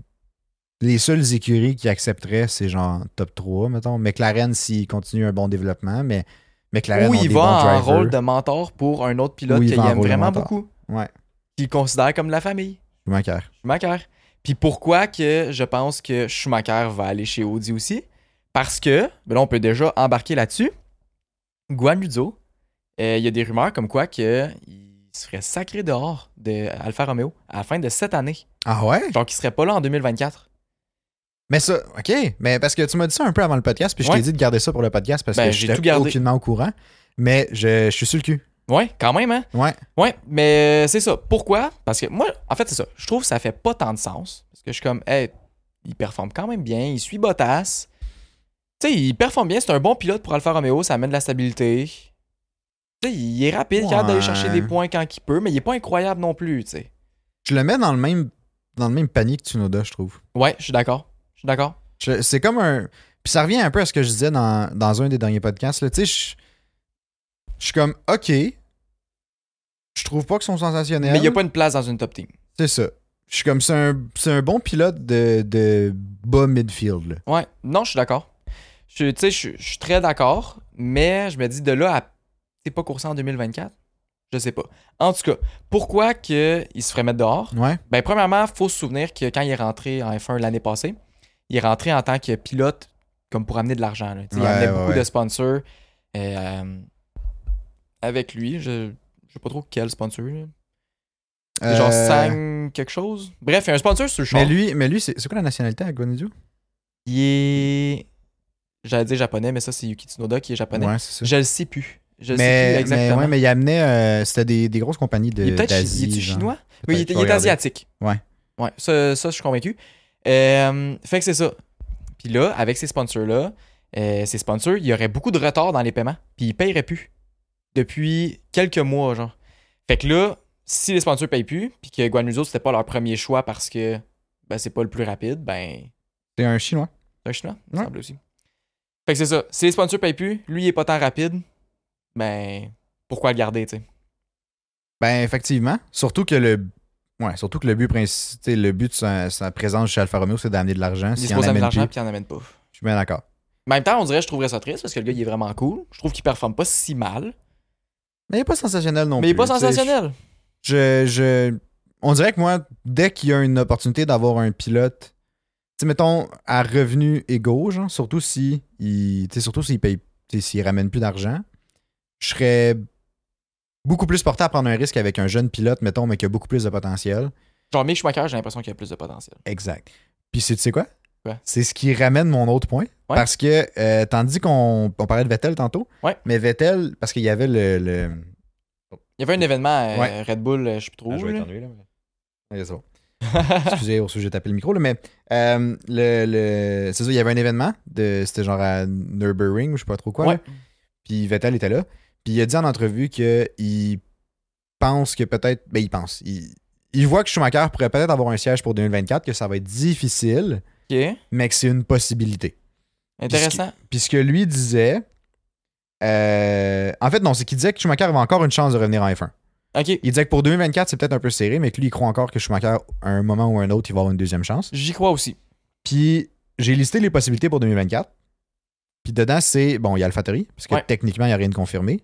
B: les seules écuries qui accepteraient, c'est genre top 3, mettons. McLaren, s'il continue un bon développement, mais McLaren,
A: Ou
B: ont
A: il
B: des
A: va
B: bons
A: en
B: drivers.
A: rôle de mentor pour un autre
B: Ou
A: pilote
B: il
A: qu'il
B: va en
A: aime
B: rôle de
A: vraiment
B: mentor.
A: beaucoup.
B: Ouais.
A: Qu'il considère comme de la famille.
B: Schumacher.
A: Schumacher. Puis pourquoi que je pense que Schumacher va aller chez Audi aussi? Parce que, ben là, on peut déjà embarquer là-dessus. Guan Yuzo, euh, il y a des rumeurs comme quoi que il se ferait sacré dehors de Alfa Romeo à la fin de cette année.
B: Ah ouais?
A: Donc, il serait pas là en 2024.
B: Mais ça, OK. Mais parce que tu m'as dit ça un peu avant le podcast, puis je
A: Ouais.
B: t'ai dit de garder ça pour le podcast parce
A: Ben,
B: que
A: j'ai
B: j'étais
A: tout gardé.
B: aucunement au courant. Mais je, je suis sur le cul.
A: Ouais, quand même, hein?
B: Ouais.
A: Ouais, mais euh, c'est ça. Pourquoi? Parce que moi, en fait, c'est ça. Je trouve que ça fait pas tant de sens. Parce que je suis comme, hey, il performe quand même bien, il suit Bottas. Tu sais, il performe bien, c'est un bon pilote pour Alfa Romeo, ça amène de la stabilité. Tu sais, il est rapide, il a hâte d'aller
B: Ouais.
A: chercher des points quand il peut, mais il est pas incroyable non plus, tu sais.
B: Je le mets dans le même dans le même panier que Tsunoda, je trouve.
A: Ouais, je suis d'accord. Je suis d'accord.
B: Je- C'est comme un. Puis ça revient un peu à ce que je disais dans, dans un des derniers podcasts. là. Tu sais, je, je suis comme, OK. Je trouve pas qu'ils sont sensationnels.
A: Mais il y a pas une place dans une top team.
B: C'est ça. Je suis comme, c'est un, c'est un bon pilote de, de bas midfield. là.
A: Ouais, non, je suis d'accord. Je, tu sais, je, je suis très d'accord, mais je me dis de là à. C'est pas coursé en 2024? Je sais pas. En tout cas, pourquoi qu'il se ferait mettre dehors?
B: Ouais.
A: Ben, premièrement, il faut se souvenir que quand il est rentré en F1 l'année passée, il est rentré en tant que pilote, comme pour amener de l'argent. là. Tu sais, Il
B: Ouais,
A: amenait
B: ouais,
A: beaucoup
B: ouais.
A: de sponsors euh, euh, avec lui. Je, je sais pas trop quel sponsor. là. Genre
B: Euh,
A: Sang quelque chose. Bref, il y a un sponsor sur le char.
B: Mais lui, mais lui c'est c'est quoi la nationalité à Guanizu?
A: Il est. J'allais dire japonais, mais ça, c'est Yuki Tsunoda qui est japonais.
B: Ouais, c'est ça.
A: Je le sais plus. Je le sais plus
B: Mais, mais,
A: exactement.
B: ouais, mais il amenait. euh, C'était des, des grosses compagnies de.
A: il est peut-être chi-
B: d'Asie,
A: il est-tu
B: genre.
A: chinois. Oui, il est,
B: Peut-être,
A: il
B: faut
A: est
B: regarder.
A: asiatique.
B: Ouais.
A: Ouais, ça, ça, je suis convaincu. Euh, fait que c'est ça. Puis là, avec ces sponsors-là, euh, ces sponsors, il y aurait beaucoup de retard dans les paiements. Puis ils paieraient plus. Depuis quelques mois, genre. Fait que là, si les sponsors payent plus, puis que Guanuzo, c'était pas leur premier choix parce que ben, c'est pas le plus rapide, ben.
B: C'est un chinois.
A: C'est un chinois, il me
B: Ouais.
A: semble aussi. Fait que c'est ça. Si les sponsors payent plus, lui, il est pas tant rapide, ben, pourquoi le garder, tu sais?
B: Ben, effectivement. Surtout que le. Ouais, surtout que le but princi- tu sais, le but de sa, sa présence chez Alfa Romeo, c'est d'amener de
A: Il
B: l'argent.
A: est
B: S'il en
A: supposé amener
B: amène
A: de
B: plus,
A: l'argent, puis il en amène pas.
B: je suis bien d'accord.
A: En même temps, on dirait que je trouverais ça triste parce que le gars, il est vraiment cool. Je trouve qu'il performe pas si mal.
B: Mais il n'est pas sensationnel non
A: mais il
B: plus.
A: est pas
B: tu sais.
A: sensationnel.
B: Je, je- on dirait que moi, dès qu'il y a une opportunité d'avoir un pilote, tu sais, mettons, à revenus égaux, genre, surtout si il, tu sais, surtout s'il paye, tu sais, s'il ramène plus d'argent, je serais beaucoup plus porté à prendre un risque avec un jeune pilote, mettons, mais qui a beaucoup plus de potentiel.
A: Genre, Mick Schumacher, j'ai l'impression qu'il a plus de potentiel.
B: Exact. Puis c'est- tu sais quoi?
A: Quoi?
B: C'est ce qui ramène mon autre point.
A: Ouais.
B: Parce que, euh, tandis qu'on on parlait de Vettel tantôt,
A: Ouais.
B: mais Vettel, parce qu'il y avait le. le...
A: Il y avait un événement à
B: Ouais.
A: Red Bull, euh, je sais plus trop.
B: Ah, je vais
A: là.
B: éternuer, là, mais- Ok, c'est bon. Excusez, au sujet, j'ai tapé le micro, là, mais euh, le, le- c'est ça, il y avait un événement, de, c'était genre à Nürburgring ou je sais pas trop quoi. là.
A: Ouais.
B: Puis Vettel était là. Puis il a dit en entrevue qu'il pense que peut-être. Ben, il pense. Il, il voit que Schumacher pourrait peut-être avoir un siège pour 2024, que ça va être difficile,
A: Ok.
B: mais que c'est une possibilité.
A: Intéressant.
B: Puis ce que lui disait. euh, en fait, non, c'est qu'il disait que Schumacher avait encore une chance de revenir en F1.
A: Ok.
B: Il disait que pour 2024, c'est peut-être un peu serré, mais que lui, il croit encore que Schumacher, à un moment ou un autre, il va avoir une deuxième chance.
A: J'y crois aussi.
B: Puis j'ai listé les possibilités pour 2024. Puis dedans, c'est. Bon, il y a AlphaTauri, parce que
A: Ouais.
B: techniquement, il n'y a rien de confirmé.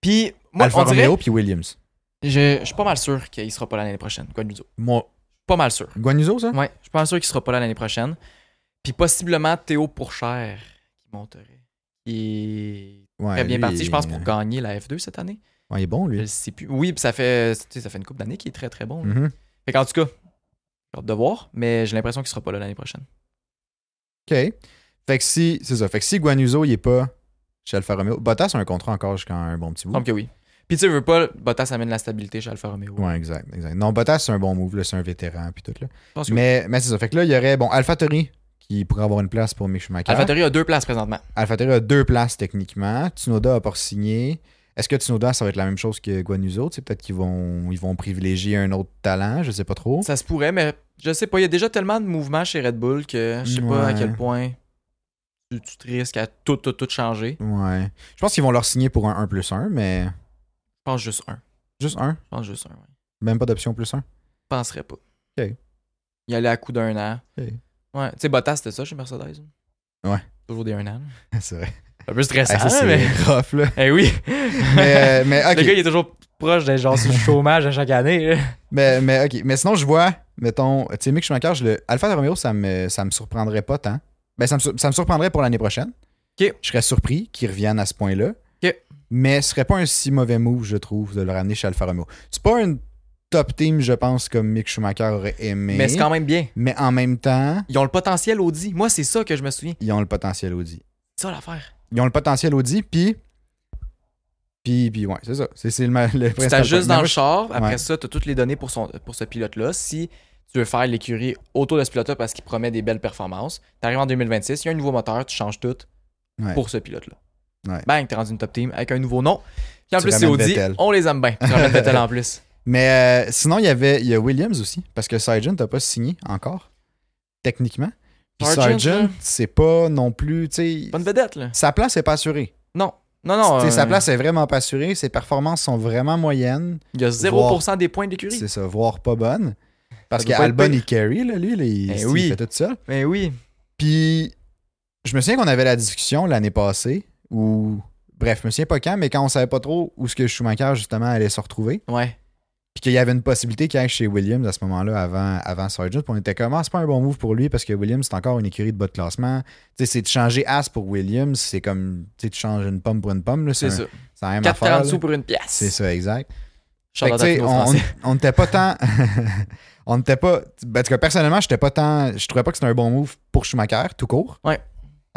A: Puis, moi,
B: Alfa
A: on dirait,
B: Romeo puis Williams.
A: je, je suis pas mal sûr qu'il sera pas là l'année prochaine, Guanuzo.
B: Moi,
A: Pas mal sûr.
B: Guanuzo, ça
A: Ouais, je suis pas mal sûr qu'il sera pas là l'année prochaine. Puis, possiblement, Théo Pourchère qui monterait. Il est
B: Ouais,
A: très bien
B: lui,
A: parti, je pense,
B: il-
A: pour gagner la F2 cette année.
B: Ouais, il est bon,
A: Je le
B: lui.
A: sais plus. Oui, puis ça fait, tu sais, ça fait une couple d'années qu'il est très, très bon. là.
B: Mhm.
A: Fait qu'en tout cas, j'ai hâte de voir, mais j'ai l'impression qu'il sera pas là l'année prochaine.
B: OK. Fait que si. C'est ça. Fait que si Guanuzo, il n'est pas chez Alfa Romeo. Bottas a un contrat encore jusqu'à un bon petit bout.
A: Il semble que oui. Puis, tu sais, veux pas, Bottas amène la stabilité chez Alfa Romeo.
B: Ouais, exact, exact. Non, Bottas, c'est un bon move, là, c'est un vétéran, puis tout, là.
A: Je pense que oui.
B: Mais, mais c'est ça. Fait que là, il y aurait, bon, AlphaTauri qui pourrait avoir une place pour Mick Schumacher.
A: AlphaTauri a deux places présentement.
B: AlphaTauri a deux places techniquement. Tsunoda a pas signé. Est-ce que Tsunoda, ça va être la même chose que Guanuzo? Tu sais, peut-être qu'ils vont, ils vont privilégier un autre talent, je sais pas trop.
A: Ça se pourrait, mais je sais pas. Il y a déjà tellement de mouvements chez Red Bull que je sais pas à
B: Ouais.
A: quel point tu, tu te risques à tout, tout, tout changer.
B: Ouais. Je pense qu'ils vont leur signer pour un 1 plus 1, mais
A: Je pense juste un. Je
B: juste un.
A: pense juste un. ouais.
B: Même pas d'option plus 1.
A: Je penserais pas.
B: Ok.
A: Il allait à coup d'un an.
B: Ok.
A: Ouais. Tu sais, Bottas, c'était ça chez Mercedes.
B: Ouais.
A: Toujours des un an.
B: [laughs] c'est vrai.
A: C'est Un peu stressant,
B: Ah, ça, c'est
A: mais.
B: rough, là.
A: [laughs] Eh oui!
B: Mais, euh,
A: [laughs]
B: mais, ok.
A: Le gars, il est toujours proche des gens sur le chômage à chaque année. là.
B: Mais, mais ok. Mais sinon, je vois, mettons, tu sais, Mick Schumacher, je le... Alpha Romeo, ça me, ça me surprendrait pas tant. Ben, ça me, sur- ça me surprendrait pour l'année prochaine.
A: Ok.
B: Je serais surpris qu'ils reviennent à ce point-là.
A: Ok.
B: Mais ce serait pas un si mauvais move, je trouve, de le ramener chez Alfa Romeo. C'est pas une top team, je pense, comme Mick Schumacher aurait aimé.
A: Mais c'est quand même bien.
B: Mais en même temps,
A: Ils ont le potentiel Audi. Moi, c'est ça que je me souviens.
B: ils ont le potentiel Audi.
A: C'est ça l'affaire.
B: Ils ont le potentiel Audi, puis. Puis, puis ouais, c'est ça. C'est c'est le, ma- le
A: Tu
B: principal point.
A: t'ajustes
B: Mais
A: dans
B: moi,
A: le char. Après
B: Ouais.
A: ça, tu as toutes les données pour, son, pour ce pilote-là. Si tu veux faire l'écurie autour de ce pilote-là parce qu'il promet des belles performances, tu arrives en 2026, il y a un nouveau moteur, tu changes tout
B: Ouais.
A: pour ce pilote-là.
B: Ouais.
A: Bang, t'es rendu une top team avec un nouveau nom. Puis en
B: Tu
A: plus, c'est
B: ramènes
A: Audi.
B: Vettel.
A: On les aime bien. Tu
B: [laughs]
A: ramènes Vettel en plus.
B: Mais euh, sinon, il y avait il y a Williams aussi, parce que Sargent n'a pas signé encore, techniquement. Puis
A: Sargent, hein?
B: Sargent,
A: là.
B: c'est pas non plus. tu sais,
A: Bonne vedette, là.
B: Sa place n'est pas assurée.
A: Non. Non, non.
B: Tu sais,
A: euh,
B: Sa place est vraiment pas assurée. Ses performances sont vraiment moyennes.
A: Il y a 0% des points de l'écurie.
B: C'est ça, voire pas bonnes. Parce
A: Ça doit pas être
B: qu'Albon,
A: pire.
B: il carry, là, lui, là, il,
A: Eh
B: il
A: oui.
B: fait tout ça.
A: Mais oui.
B: Puis, je me souviens qu'on avait la discussion l'année passée, ou bref, je me souviens pas quand, mais quand on savait pas trop où ce que Schumacher, justement, allait se retrouver.
A: Ouais.
B: Puis qu'il y avait une possibilité qu'il aille chez Williams à ce moment-là avant, avant Sargent. Puis on était comme, ah, c'est pas un bon move pour lui parce que Williams, c'est encore une écurie de bas de classement. Tu sais, c'est de changer As pour Williams, c'est comme, tu sais, tu changes une pomme pour une pomme. là,
A: C'est
B: un-
A: ça.
B: C'est la même affaire.
A: 4,40
B: là.
A: sous pour une pièce.
B: C'est ça, exact. Fait que,
A: Shout-out à
B: tu sais,
A: tous nos
B: on-
A: Français.
B: on on n'était pas tant. [laughs] on n'était pas. ben, en tout cas, personnellement, j'étais pas tant. Je trouvais pas que c'était un bon move pour Schumacher, tout court.
A: Ouais.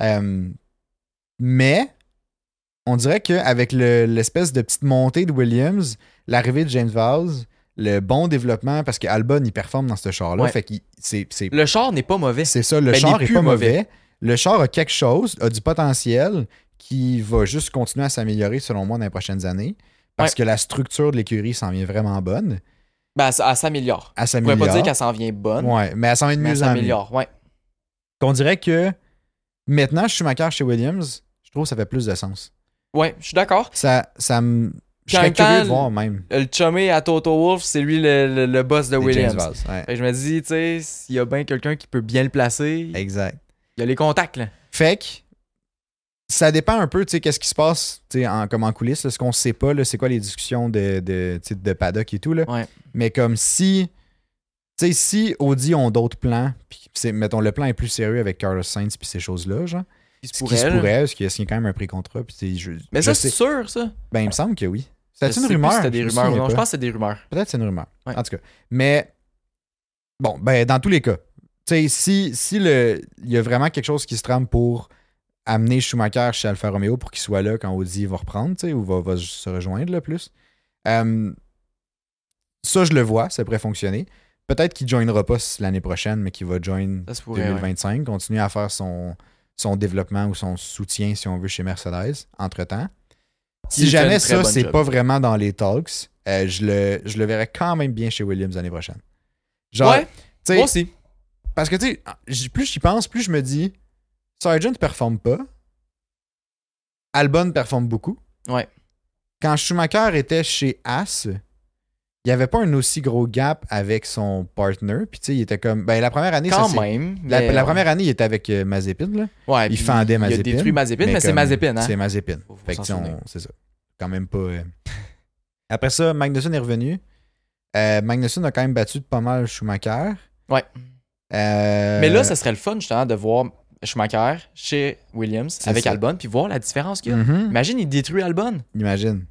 B: Euh, mais on dirait qu'avec l'espèce de petite montée de Williams, l'arrivée de James Vowles, le bon développement, parce qu'Albon, il performe dans ce char-là.
A: Ouais.
B: Fait qu'il- c'est c'est-
A: Le char n'est pas mauvais.
B: c'est ça, le
A: Ben, il
B: char
A: est
B: est
A: plus
B: pas mauvais. Le char a quelque chose, a du potentiel qui va juste continuer à s'améliorer, selon moi, dans les prochaines années. Parce
A: Ouais.
B: que la structure de l'écurie s'en vient vraiment bonne.
A: Ben, ça- elle s'améliore.
B: Elle
A: On pourrait
B: s'améliore.
A: pas dire qu'elle s'en vient bonne,
B: Ouais, mais elle s'en vient de
A: mais elle
B: mieux en mieux.
A: s'améliore. Ouais.
B: On dirait que maintenant, Schumacher chez Williams, je trouve que ça fait plus de sens.
A: Ouais, je suis d'accord.
B: Ça, ça me.
A: Puis
B: Je
A: en
B: serais
A: même temps,
B: curieux de voir même.
A: Le chumé à Toto Wolf, c'est lui le, le- le boss de
B: des
A: Williams.
B: James Valls, ouais.
A: Fait que je me dis, tu sais, s'il y a bien quelqu'un qui peut bien le placer,
B: Exact.
A: il y a les contacts, là.
B: Fait que, ça dépend un peu, tu sais, qu'est-ce qui se passe, tu sais, en, comme en coulisses, là, ce qu'on sait pas, là, c'est quoi les discussions de, de, tu sais, de paddock et tout, là.
A: Ouais.
B: Mais comme si, tu sais, si Audi ont d'autres plans, puis c'est- mettons, le plan est plus sérieux avec Carlos Sainz puis ces choses-là, genre,
A: Il se
B: ce qui se
A: pourrait, là.
B: pourrait, parce qu'il a signé quand même un pré-contrat, puis c'est je-
A: Mais
B: je
A: ça,
B: sais-
A: c'est sûr, ça.
B: ben, il me semble que oui.
A: Je
B: C'est une
A: sais plus
B: rumeur.
A: si C'était des
B: Je me
A: rumeurs ou
B: souviens
A: non. Je
B: pas.
A: pense que c'est des rumeurs.
B: Peut-être que c'est une rumeur.
A: Ouais.
B: En tout cas. Mais bon, ben dans tous les cas, tu sais, si, si le, il y a vraiment quelque chose qui se trame pour amener Schumacher chez Alfa Romeo pour qu'il soit là quand Audi va reprendre, tu sais, ou va, va se rejoindre le plus. euh, ça, je le vois, ça pourrait fonctionner. Peut-être qu'il ne joindra pas l'année prochaine, mais qu'il va joindre
A: Ça se pourrait. ouais.
B: 2025, continuer à faire son, son développement ou son soutien, si on veut, chez Mercedes, entre-temps. Si
A: Il fait
B: jamais
A: une très
B: ça,
A: bonne
B: c'est
A: job.
B: pas vraiment dans les talks, euh, je, le, je le verrai quand même bien chez Williams l'année prochaine. Genre,
A: Ouais,
B: tu sais,
A: moi aussi.
B: parce que tu sais, j- plus j'y pense, plus je me dis, Sargent performe pas, Albon performe beaucoup.
A: Ouais.
B: Quand Schumacher était chez As, il n'y avait pas un aussi gros gap avec son partner. Puis tu sais, il était comme, ben la première année, ça
A: Quand
B: s'est-
A: même.
B: la,
A: mais-
B: la première année, il était avec euh, Mazepin. Là.
A: Ouais,
B: il
A: puis
B: fendait
A: Il a
B: Mazepin.
A: détruit Mazepin, mais, c'est
B: comme-
A: Mazepin, hein.
B: C'est Mazepin.
A: Faut- faut
B: Fait que,
A: s'en
B: euh, tu sais, on-
A: souvenir.
B: c'est ça. Quand même pas. euh. [laughs] Après ça, Magnussen est revenu. Euh, Magnussen a quand même battu de pas mal Schumacher.
A: Ouais.
B: Euh,
A: Mais là, ça serait le fun, justement, de voir Schumacher chez Williams
B: C'est
A: avec
B: ça.
A: Albon, puis voir la différence qu'il y a.
B: Mhm.
A: Imagine, il détruit Albon.
B: Imagine.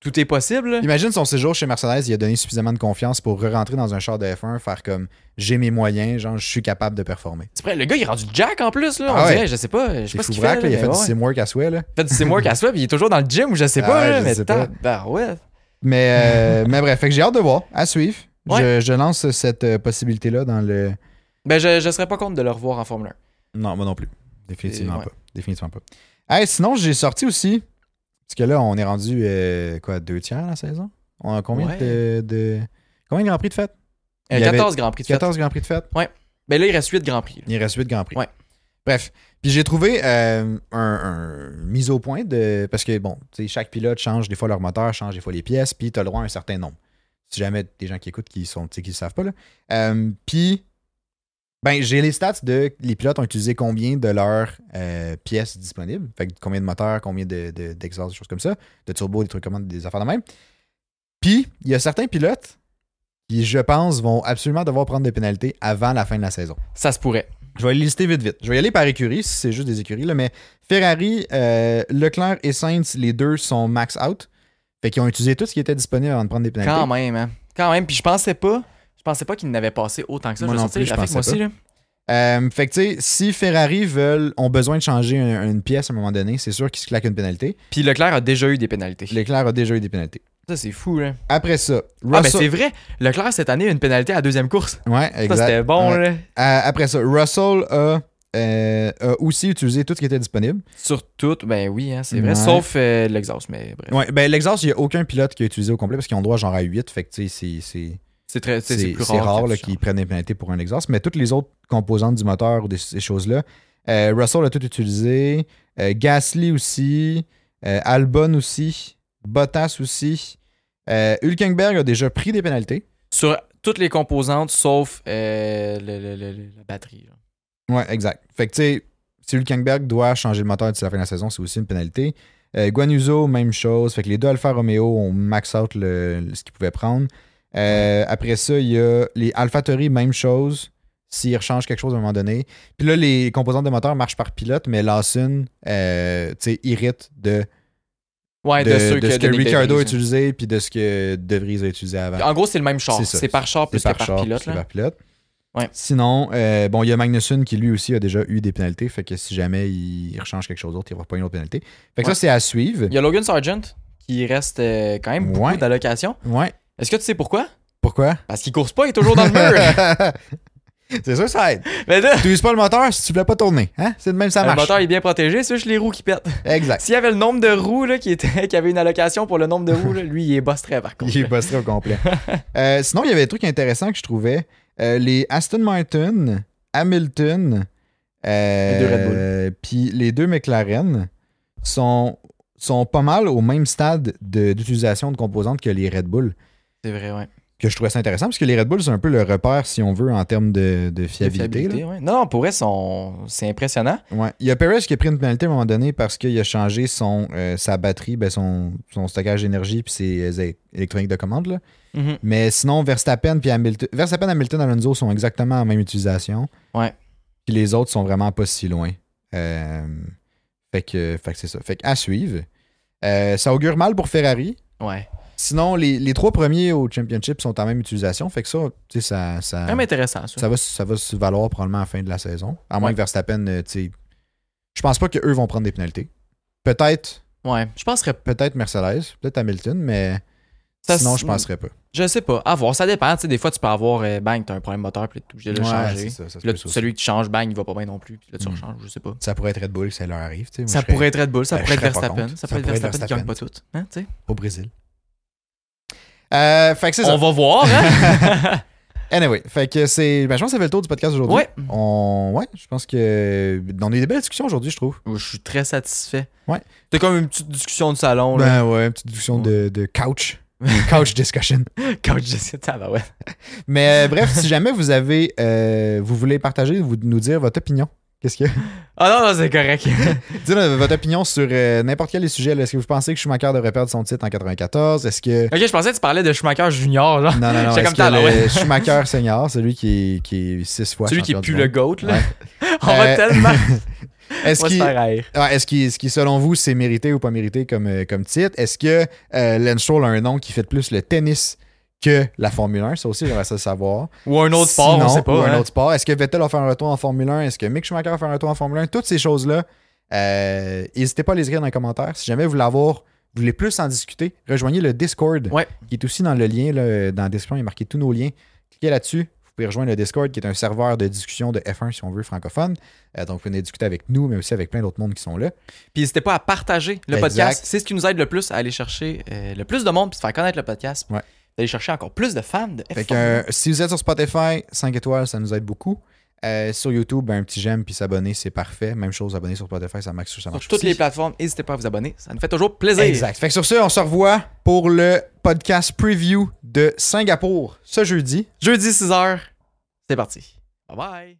A: Tout est possible. là.
B: Imagine son séjour chez Mercedes, il a donné suffisamment de confiance pour re-rentrer dans un char de F1, faire comme j'ai mes moyens, genre je suis capable de performer.
A: C'est vrai, le gars, il est rendu jack en plus, là.
B: Ah
A: on
B: ouais.
A: dirait, je sais pas. Je sais
B: C'est
A: pas ce
B: fou
A: qu'il
B: vrac,
A: fait.
B: là, il a fait
A: mais
B: du
A: ouais.
B: Seymour Cassouet, là.
A: Il fait du Seymour Cassouet, puis il est toujours dans le gym ou je sais
B: Ah
A: pas,
B: ouais,
A: là,
B: je
A: mais
B: sais pas.
A: Bah ouais. [laughs]
B: Mais, euh, mais bref, fait que j'ai hâte de voir, à suivre.
A: Ouais.
B: Je, je lance cette euh, possibilité-là dans le.
A: Ben, je, je serais pas contre de le revoir en Formule
B: Non, moi non plus. Définitivement
A: Et ouais.
B: pas. Définitivement pas. Hey, sinon, j'ai sorti aussi. Parce que là, on est rendu euh, quoi, deux tiers la saison? On a combien de, de- Combien de Grands Prix de fête?
A: 1. Euh,
B: Il y avait
A: 14 Grands Prix de 14...
B: 14 Grands Prix de fête.
A: Ben là, il reste 8 Grands Prix. là.
B: Il reste 8 Grands Prix.
A: Ouais.
B: Bref. Puis j'ai trouvé euh, un, un mise au point de. Parce que bon, tu sais, chaque pilote change des fois leur moteur, change des fois les pièces, puis tu as le droit à un certain nombre. Si jamais des gens qui écoutent qui sont tu sais, qui le savent pas, là. Euh, puis ben, j'ai les stats de les pilotes ont utilisé combien de leurs euh, pièces disponibles. Fait que combien de moteurs, combien de, de- d'exhaust, des choses comme ça, de turbo, des trucs comme des affaires de même. Puis, il y a certains pilotes qui, je pense, vont absolument devoir prendre des pénalités avant la fin de la saison.
A: Ça se pourrait.
B: Je vais les lister vite, vite. Je vais y aller par écurie, si c'est juste des écuries, là, mais Ferrari, euh, Leclerc et Sainz, les deux sont max out. Fait qu'ils ont utilisé tout ce qui était disponible avant de prendre des pénalités.
A: Quand même, hein. Quand même, puis je pensais pas. Je pensais pas qu'il n'avait passé autant que ça.
B: Moi
A: je vais
B: non
A: sortir
B: plus,
A: les
B: je
A: graphiques, moi
B: pensais
A: aussi, là.
B: Euh, fait que, tu sais, si Ferrari veulent, ont besoin de changer un- une pièce à un moment donné, c'est sûr qu'ils se claquent une pénalité.
A: Puis Leclerc a déjà eu des pénalités.
B: Leclerc a déjà eu des pénalités.
A: Ça, c'est fou, là.
B: Après ça,
A: Ah, ben c'est
B: Russell.
A: vrai. Leclerc, cette année, a une pénalité à la deuxième course.
B: ouais,
A: Ça,
B: exact.
A: c'était bon,
B: Ouais.
A: là.
B: Euh, après ça, Russell a, euh, a aussi utilisé tout ce qui était disponible.
A: Sur tout, ben oui, hein, c'est
B: Ouais.
A: vrai. Sauf euh, l'exhaust, mais bref.
B: Ouais, ben, l'exhaust, il n'y a aucun pilote qui a utilisé au complet parce qu'ils ont droit genre à 8. Fait que, tu sais, c'est- c'est.
A: C'est très, c'est, c'est
B: C'est
A: plus
B: c'est
A: rare.
B: rare
A: que
B: là,
A: tu
B: qu'ils prennent des pénalités pour un exhaust, mais toutes les autres composantes du moteur ou des, ces choses-là, euh, Russell a tout utilisé, euh, Gasly aussi, euh, Albon aussi, Bottas aussi. Euh, Hülkenberg a déjà pris des pénalités.
A: Sur toutes les composantes, sauf euh, le- le- le- le- la batterie. là.
B: Ouais, exact. Fait que tu sais, si Hülkenberg doit changer le moteur d'ici la fin de la saison, c'est aussi une pénalité. Euh, Guanuso, même chose. Fait que les deux Alfa Romeo ont max out le, le- ce qu'ils pouvaient prendre. Euh, Après ça, il y a les AlphaTauri, même chose. S'ils rechangent quelque chose à un moment donné. Puis là, les composantes de moteur marchent par pilote, mais Lawson, euh, tu sais, irrite de,
A: Ouais, de,
B: de-
A: ceux
B: de
A: que
B: ce que
A: Nick De Vries,
B: Ricardo a
A: hein.
B: utilisé, puis de ce que De Vries a utilisé avant.
A: En gros, c'est le même char.
B: C'est
A: C'est,
B: ça.
A: par char plus
B: C'est par
A: que par
B: char,
A: pilote.
B: c'est
A: là.
B: par pilote.
A: Ouais.
B: Sinon, euh, bon, il y a Magnussen qui lui aussi a déjà eu des pénalités. Fait que si jamais il rechange quelque chose d'autre, il va pas une autre pénalité. Fait que
A: Ouais.
B: ça, c'est à suivre.
A: Il y a Logan Sargent qui reste euh, quand même beaucoup
B: Ouais.
A: d'allocation.
B: Ouais.
A: Est-ce que tu sais pourquoi?
B: Pourquoi?
A: Parce qu'il course pas, il est toujours dans le
B: [laughs]
A: mur.
B: c'est sûr, ça aide.
A: Mais là,
B: Tu uses pas le moteur si tu voulais pas tourner. Hein? C'est de même, ça
A: Euh, le
B: marche.
A: moteur est bien protégé, c'est juste les roues qui pètent.
B: Exact.
A: S'il y avait le nombre de roues là, qui, était, [laughs] qui avait une allocation pour le nombre de roues, là, lui, il est boss très par contre.
B: Il est bossé
A: [laughs]
B: au complet. Euh, sinon, il y avait des trucs intéressants que je trouvais. Euh, les Aston Martin, Hamilton, euh,
A: Les deux Red Bull.
B: puis les deux McLaren sont, sont pas mal au même stade de- d'utilisation de, composantes que les Red Bull.
A: C'est vrai, ouais.
B: que je trouvais ça intéressant parce que les Red Bull, c'est un peu le repère, si on veut, en termes de, de fiabilité. là.
A: ouais. Non, non, pour vrai, sont- c'est impressionnant.
B: Ouais. Il y a Perez qui a pris une pénalité à un moment donné parce qu'il a changé son, euh, sa batterie, ben, son, son stockage d'énergie puis ses euh, é- électroniques de commande. là.
A: Mhm.
B: Mais sinon, Verstappen puis Hamilton, Verstappen, Hamilton, Alonso sont exactement en même utilisation.
A: Ouais.
B: Puis les autres sont vraiment pas si loin. Euh, fait que, fait que c'est ça. Fait que à suivre. Euh, ça augure mal pour Ferrari.
A: Ouais.
B: Ah. Sinon, les, les trois premiers au championship sont en même utilisation. Fait que ça, tu sais, ça, ça,
A: Quand même intéressant, ça.
B: ça va, ça va se valoir probablement à la fin de la saison. À moins
A: Ouais.
B: que Verstappen, euh, tu sais. Je pense pas qu'eux vont prendre des pénalités. Peut-être,
A: Ouais. Je penserais.
B: peut-être Mercedes, peut-être Hamilton, mais
A: Ça,
B: sinon,
A: c'est-
B: je penserais pas.
A: Je sais pas. À voir. Ça dépend. Tu sais, des fois, tu peux avoir. euh, bang, t'as un problème moteur, puis tu es obligé de le
B: Ouais,
A: changer.
B: c'est ça, ça se
A: Puis là,
B: peut, ça
A: tu-
B: aussi.
A: celui qui change, bang, il va pas bien non plus. Puis là, tu
B: Mm.
A: rechanges, je sais pas.
B: Ça pourrait être Red Bull que ça leur arrive. tu sais. Moi,
A: Ça
B: je serais
A: pourrait être Red Bull, ça
B: Ben,
A: pourrait
B: je
A: être
B: serais pas
A: Verstappen.
B: contre.
A: Ça pourrait être Verstappen qui gagne pas tout. Hein, tu sais?
B: Au Brésil. Euh, fait que c'est ça.
A: On va voir.
B: [laughs]
A: Hein?
B: Anyway, fait que c'est. ben, je pense que ça fait le tour du podcast aujourd'hui.
A: ouais.
B: On... ouais, je pense que. On a eu des belles discussions aujourd'hui, je trouve.
A: Je suis très satisfait.
B: Ouais.
A: C'était comme une petite discussion de salon. là.
B: Ben ouais, une petite discussion de, de couch. couch discussion.
A: Coach de cette ouais.
B: Mais euh, bref, si jamais vous avez. euh, vous voulez partager, vous nous dire votre opinion. Qu'est-ce que. [laughs]
A: Ah non, non, c'est correct. [laughs]
B: Dites votre opinion sur euh, n'importe quel des sujets. là. Est-ce que vous pensez que Schumacher devrait perdre son titre en 94 Est-ce que.
A: ok, je pensais que tu parlais de Schumacher Junior, là. [laughs]
B: Non, non, non.
A: J'étais
B: Est-ce
A: comme
B: que
A: ça, là,
B: le
A: ouais.
B: Schumacher senior, celui qui est, qui est six fois.
A: Celui qui
B: champion
A: est
B: du
A: plus
B: monde.
A: le GOAT, là. [laughs] On
B: Euh,
A: va tellement
B: [laughs] Est-ce
A: on va se
B: qu'il
A: faire haïr.
B: Ouais, est-ce qu'il- est-ce qui, selon vous, c'est mérité ou pas mérité comme, euh, comme titre? Est-ce que euh, Lance Stroll a un nom qui fait plus le tennis que la Formule 1? Ça aussi, j'aimerais ça le savoir.
A: Ou un autre sport,
B: Sinon,
A: on sait pas.
B: ou un
A: hein.
B: autre sport. Est-ce que Vettel a fait un retour en Formule 1? Est-ce que Mick Schumacher a fait un retour en Formule 1? Toutes ces choses-là, euh, n'hésitez pas à les écrire dans les commentaires. Si jamais vous voulez avoir- vous voulez plus en discuter, rejoignez le Discord
A: Ouais.
B: qui est aussi dans le lien, là, dans la description, il est marqué tous nos liens. Cliquez là-dessus. Vous pouvez rejoindre le Discord qui est un serveur de discussion de F1 si on veut francophone. Euh, donc, vous venez discuter avec nous, mais aussi avec plein d'autres mondes qui sont là.
A: Puis n'hésitez pas à partager le
B: Exact.
A: podcast. C'est ce qui nous aide le plus à aller chercher euh, le plus de monde puis se faire connaître le podcast.
B: Ouais.
A: D'aller chercher encore plus de fans de
B: Fait
A: F1.
B: que euh, si vous êtes sur Spotify, 5 étoiles, ça nous aide beaucoup. Euh, sur YouTube, ben, un petit j'aime puis s'abonner, c'est parfait. Même chose, abonner sur Spotify, ça marche ça
A: Sur
B: marche
A: toutes
B: aussi.
A: les plateformes, n'hésitez pas à vous abonner. Ça nous fait toujours plaisir.
B: Exact. Fait que sur ce, on se revoit pour le podcast preview de Singapour ce jeudi.
A: Jeudi 6h, c'est parti. Bye bye.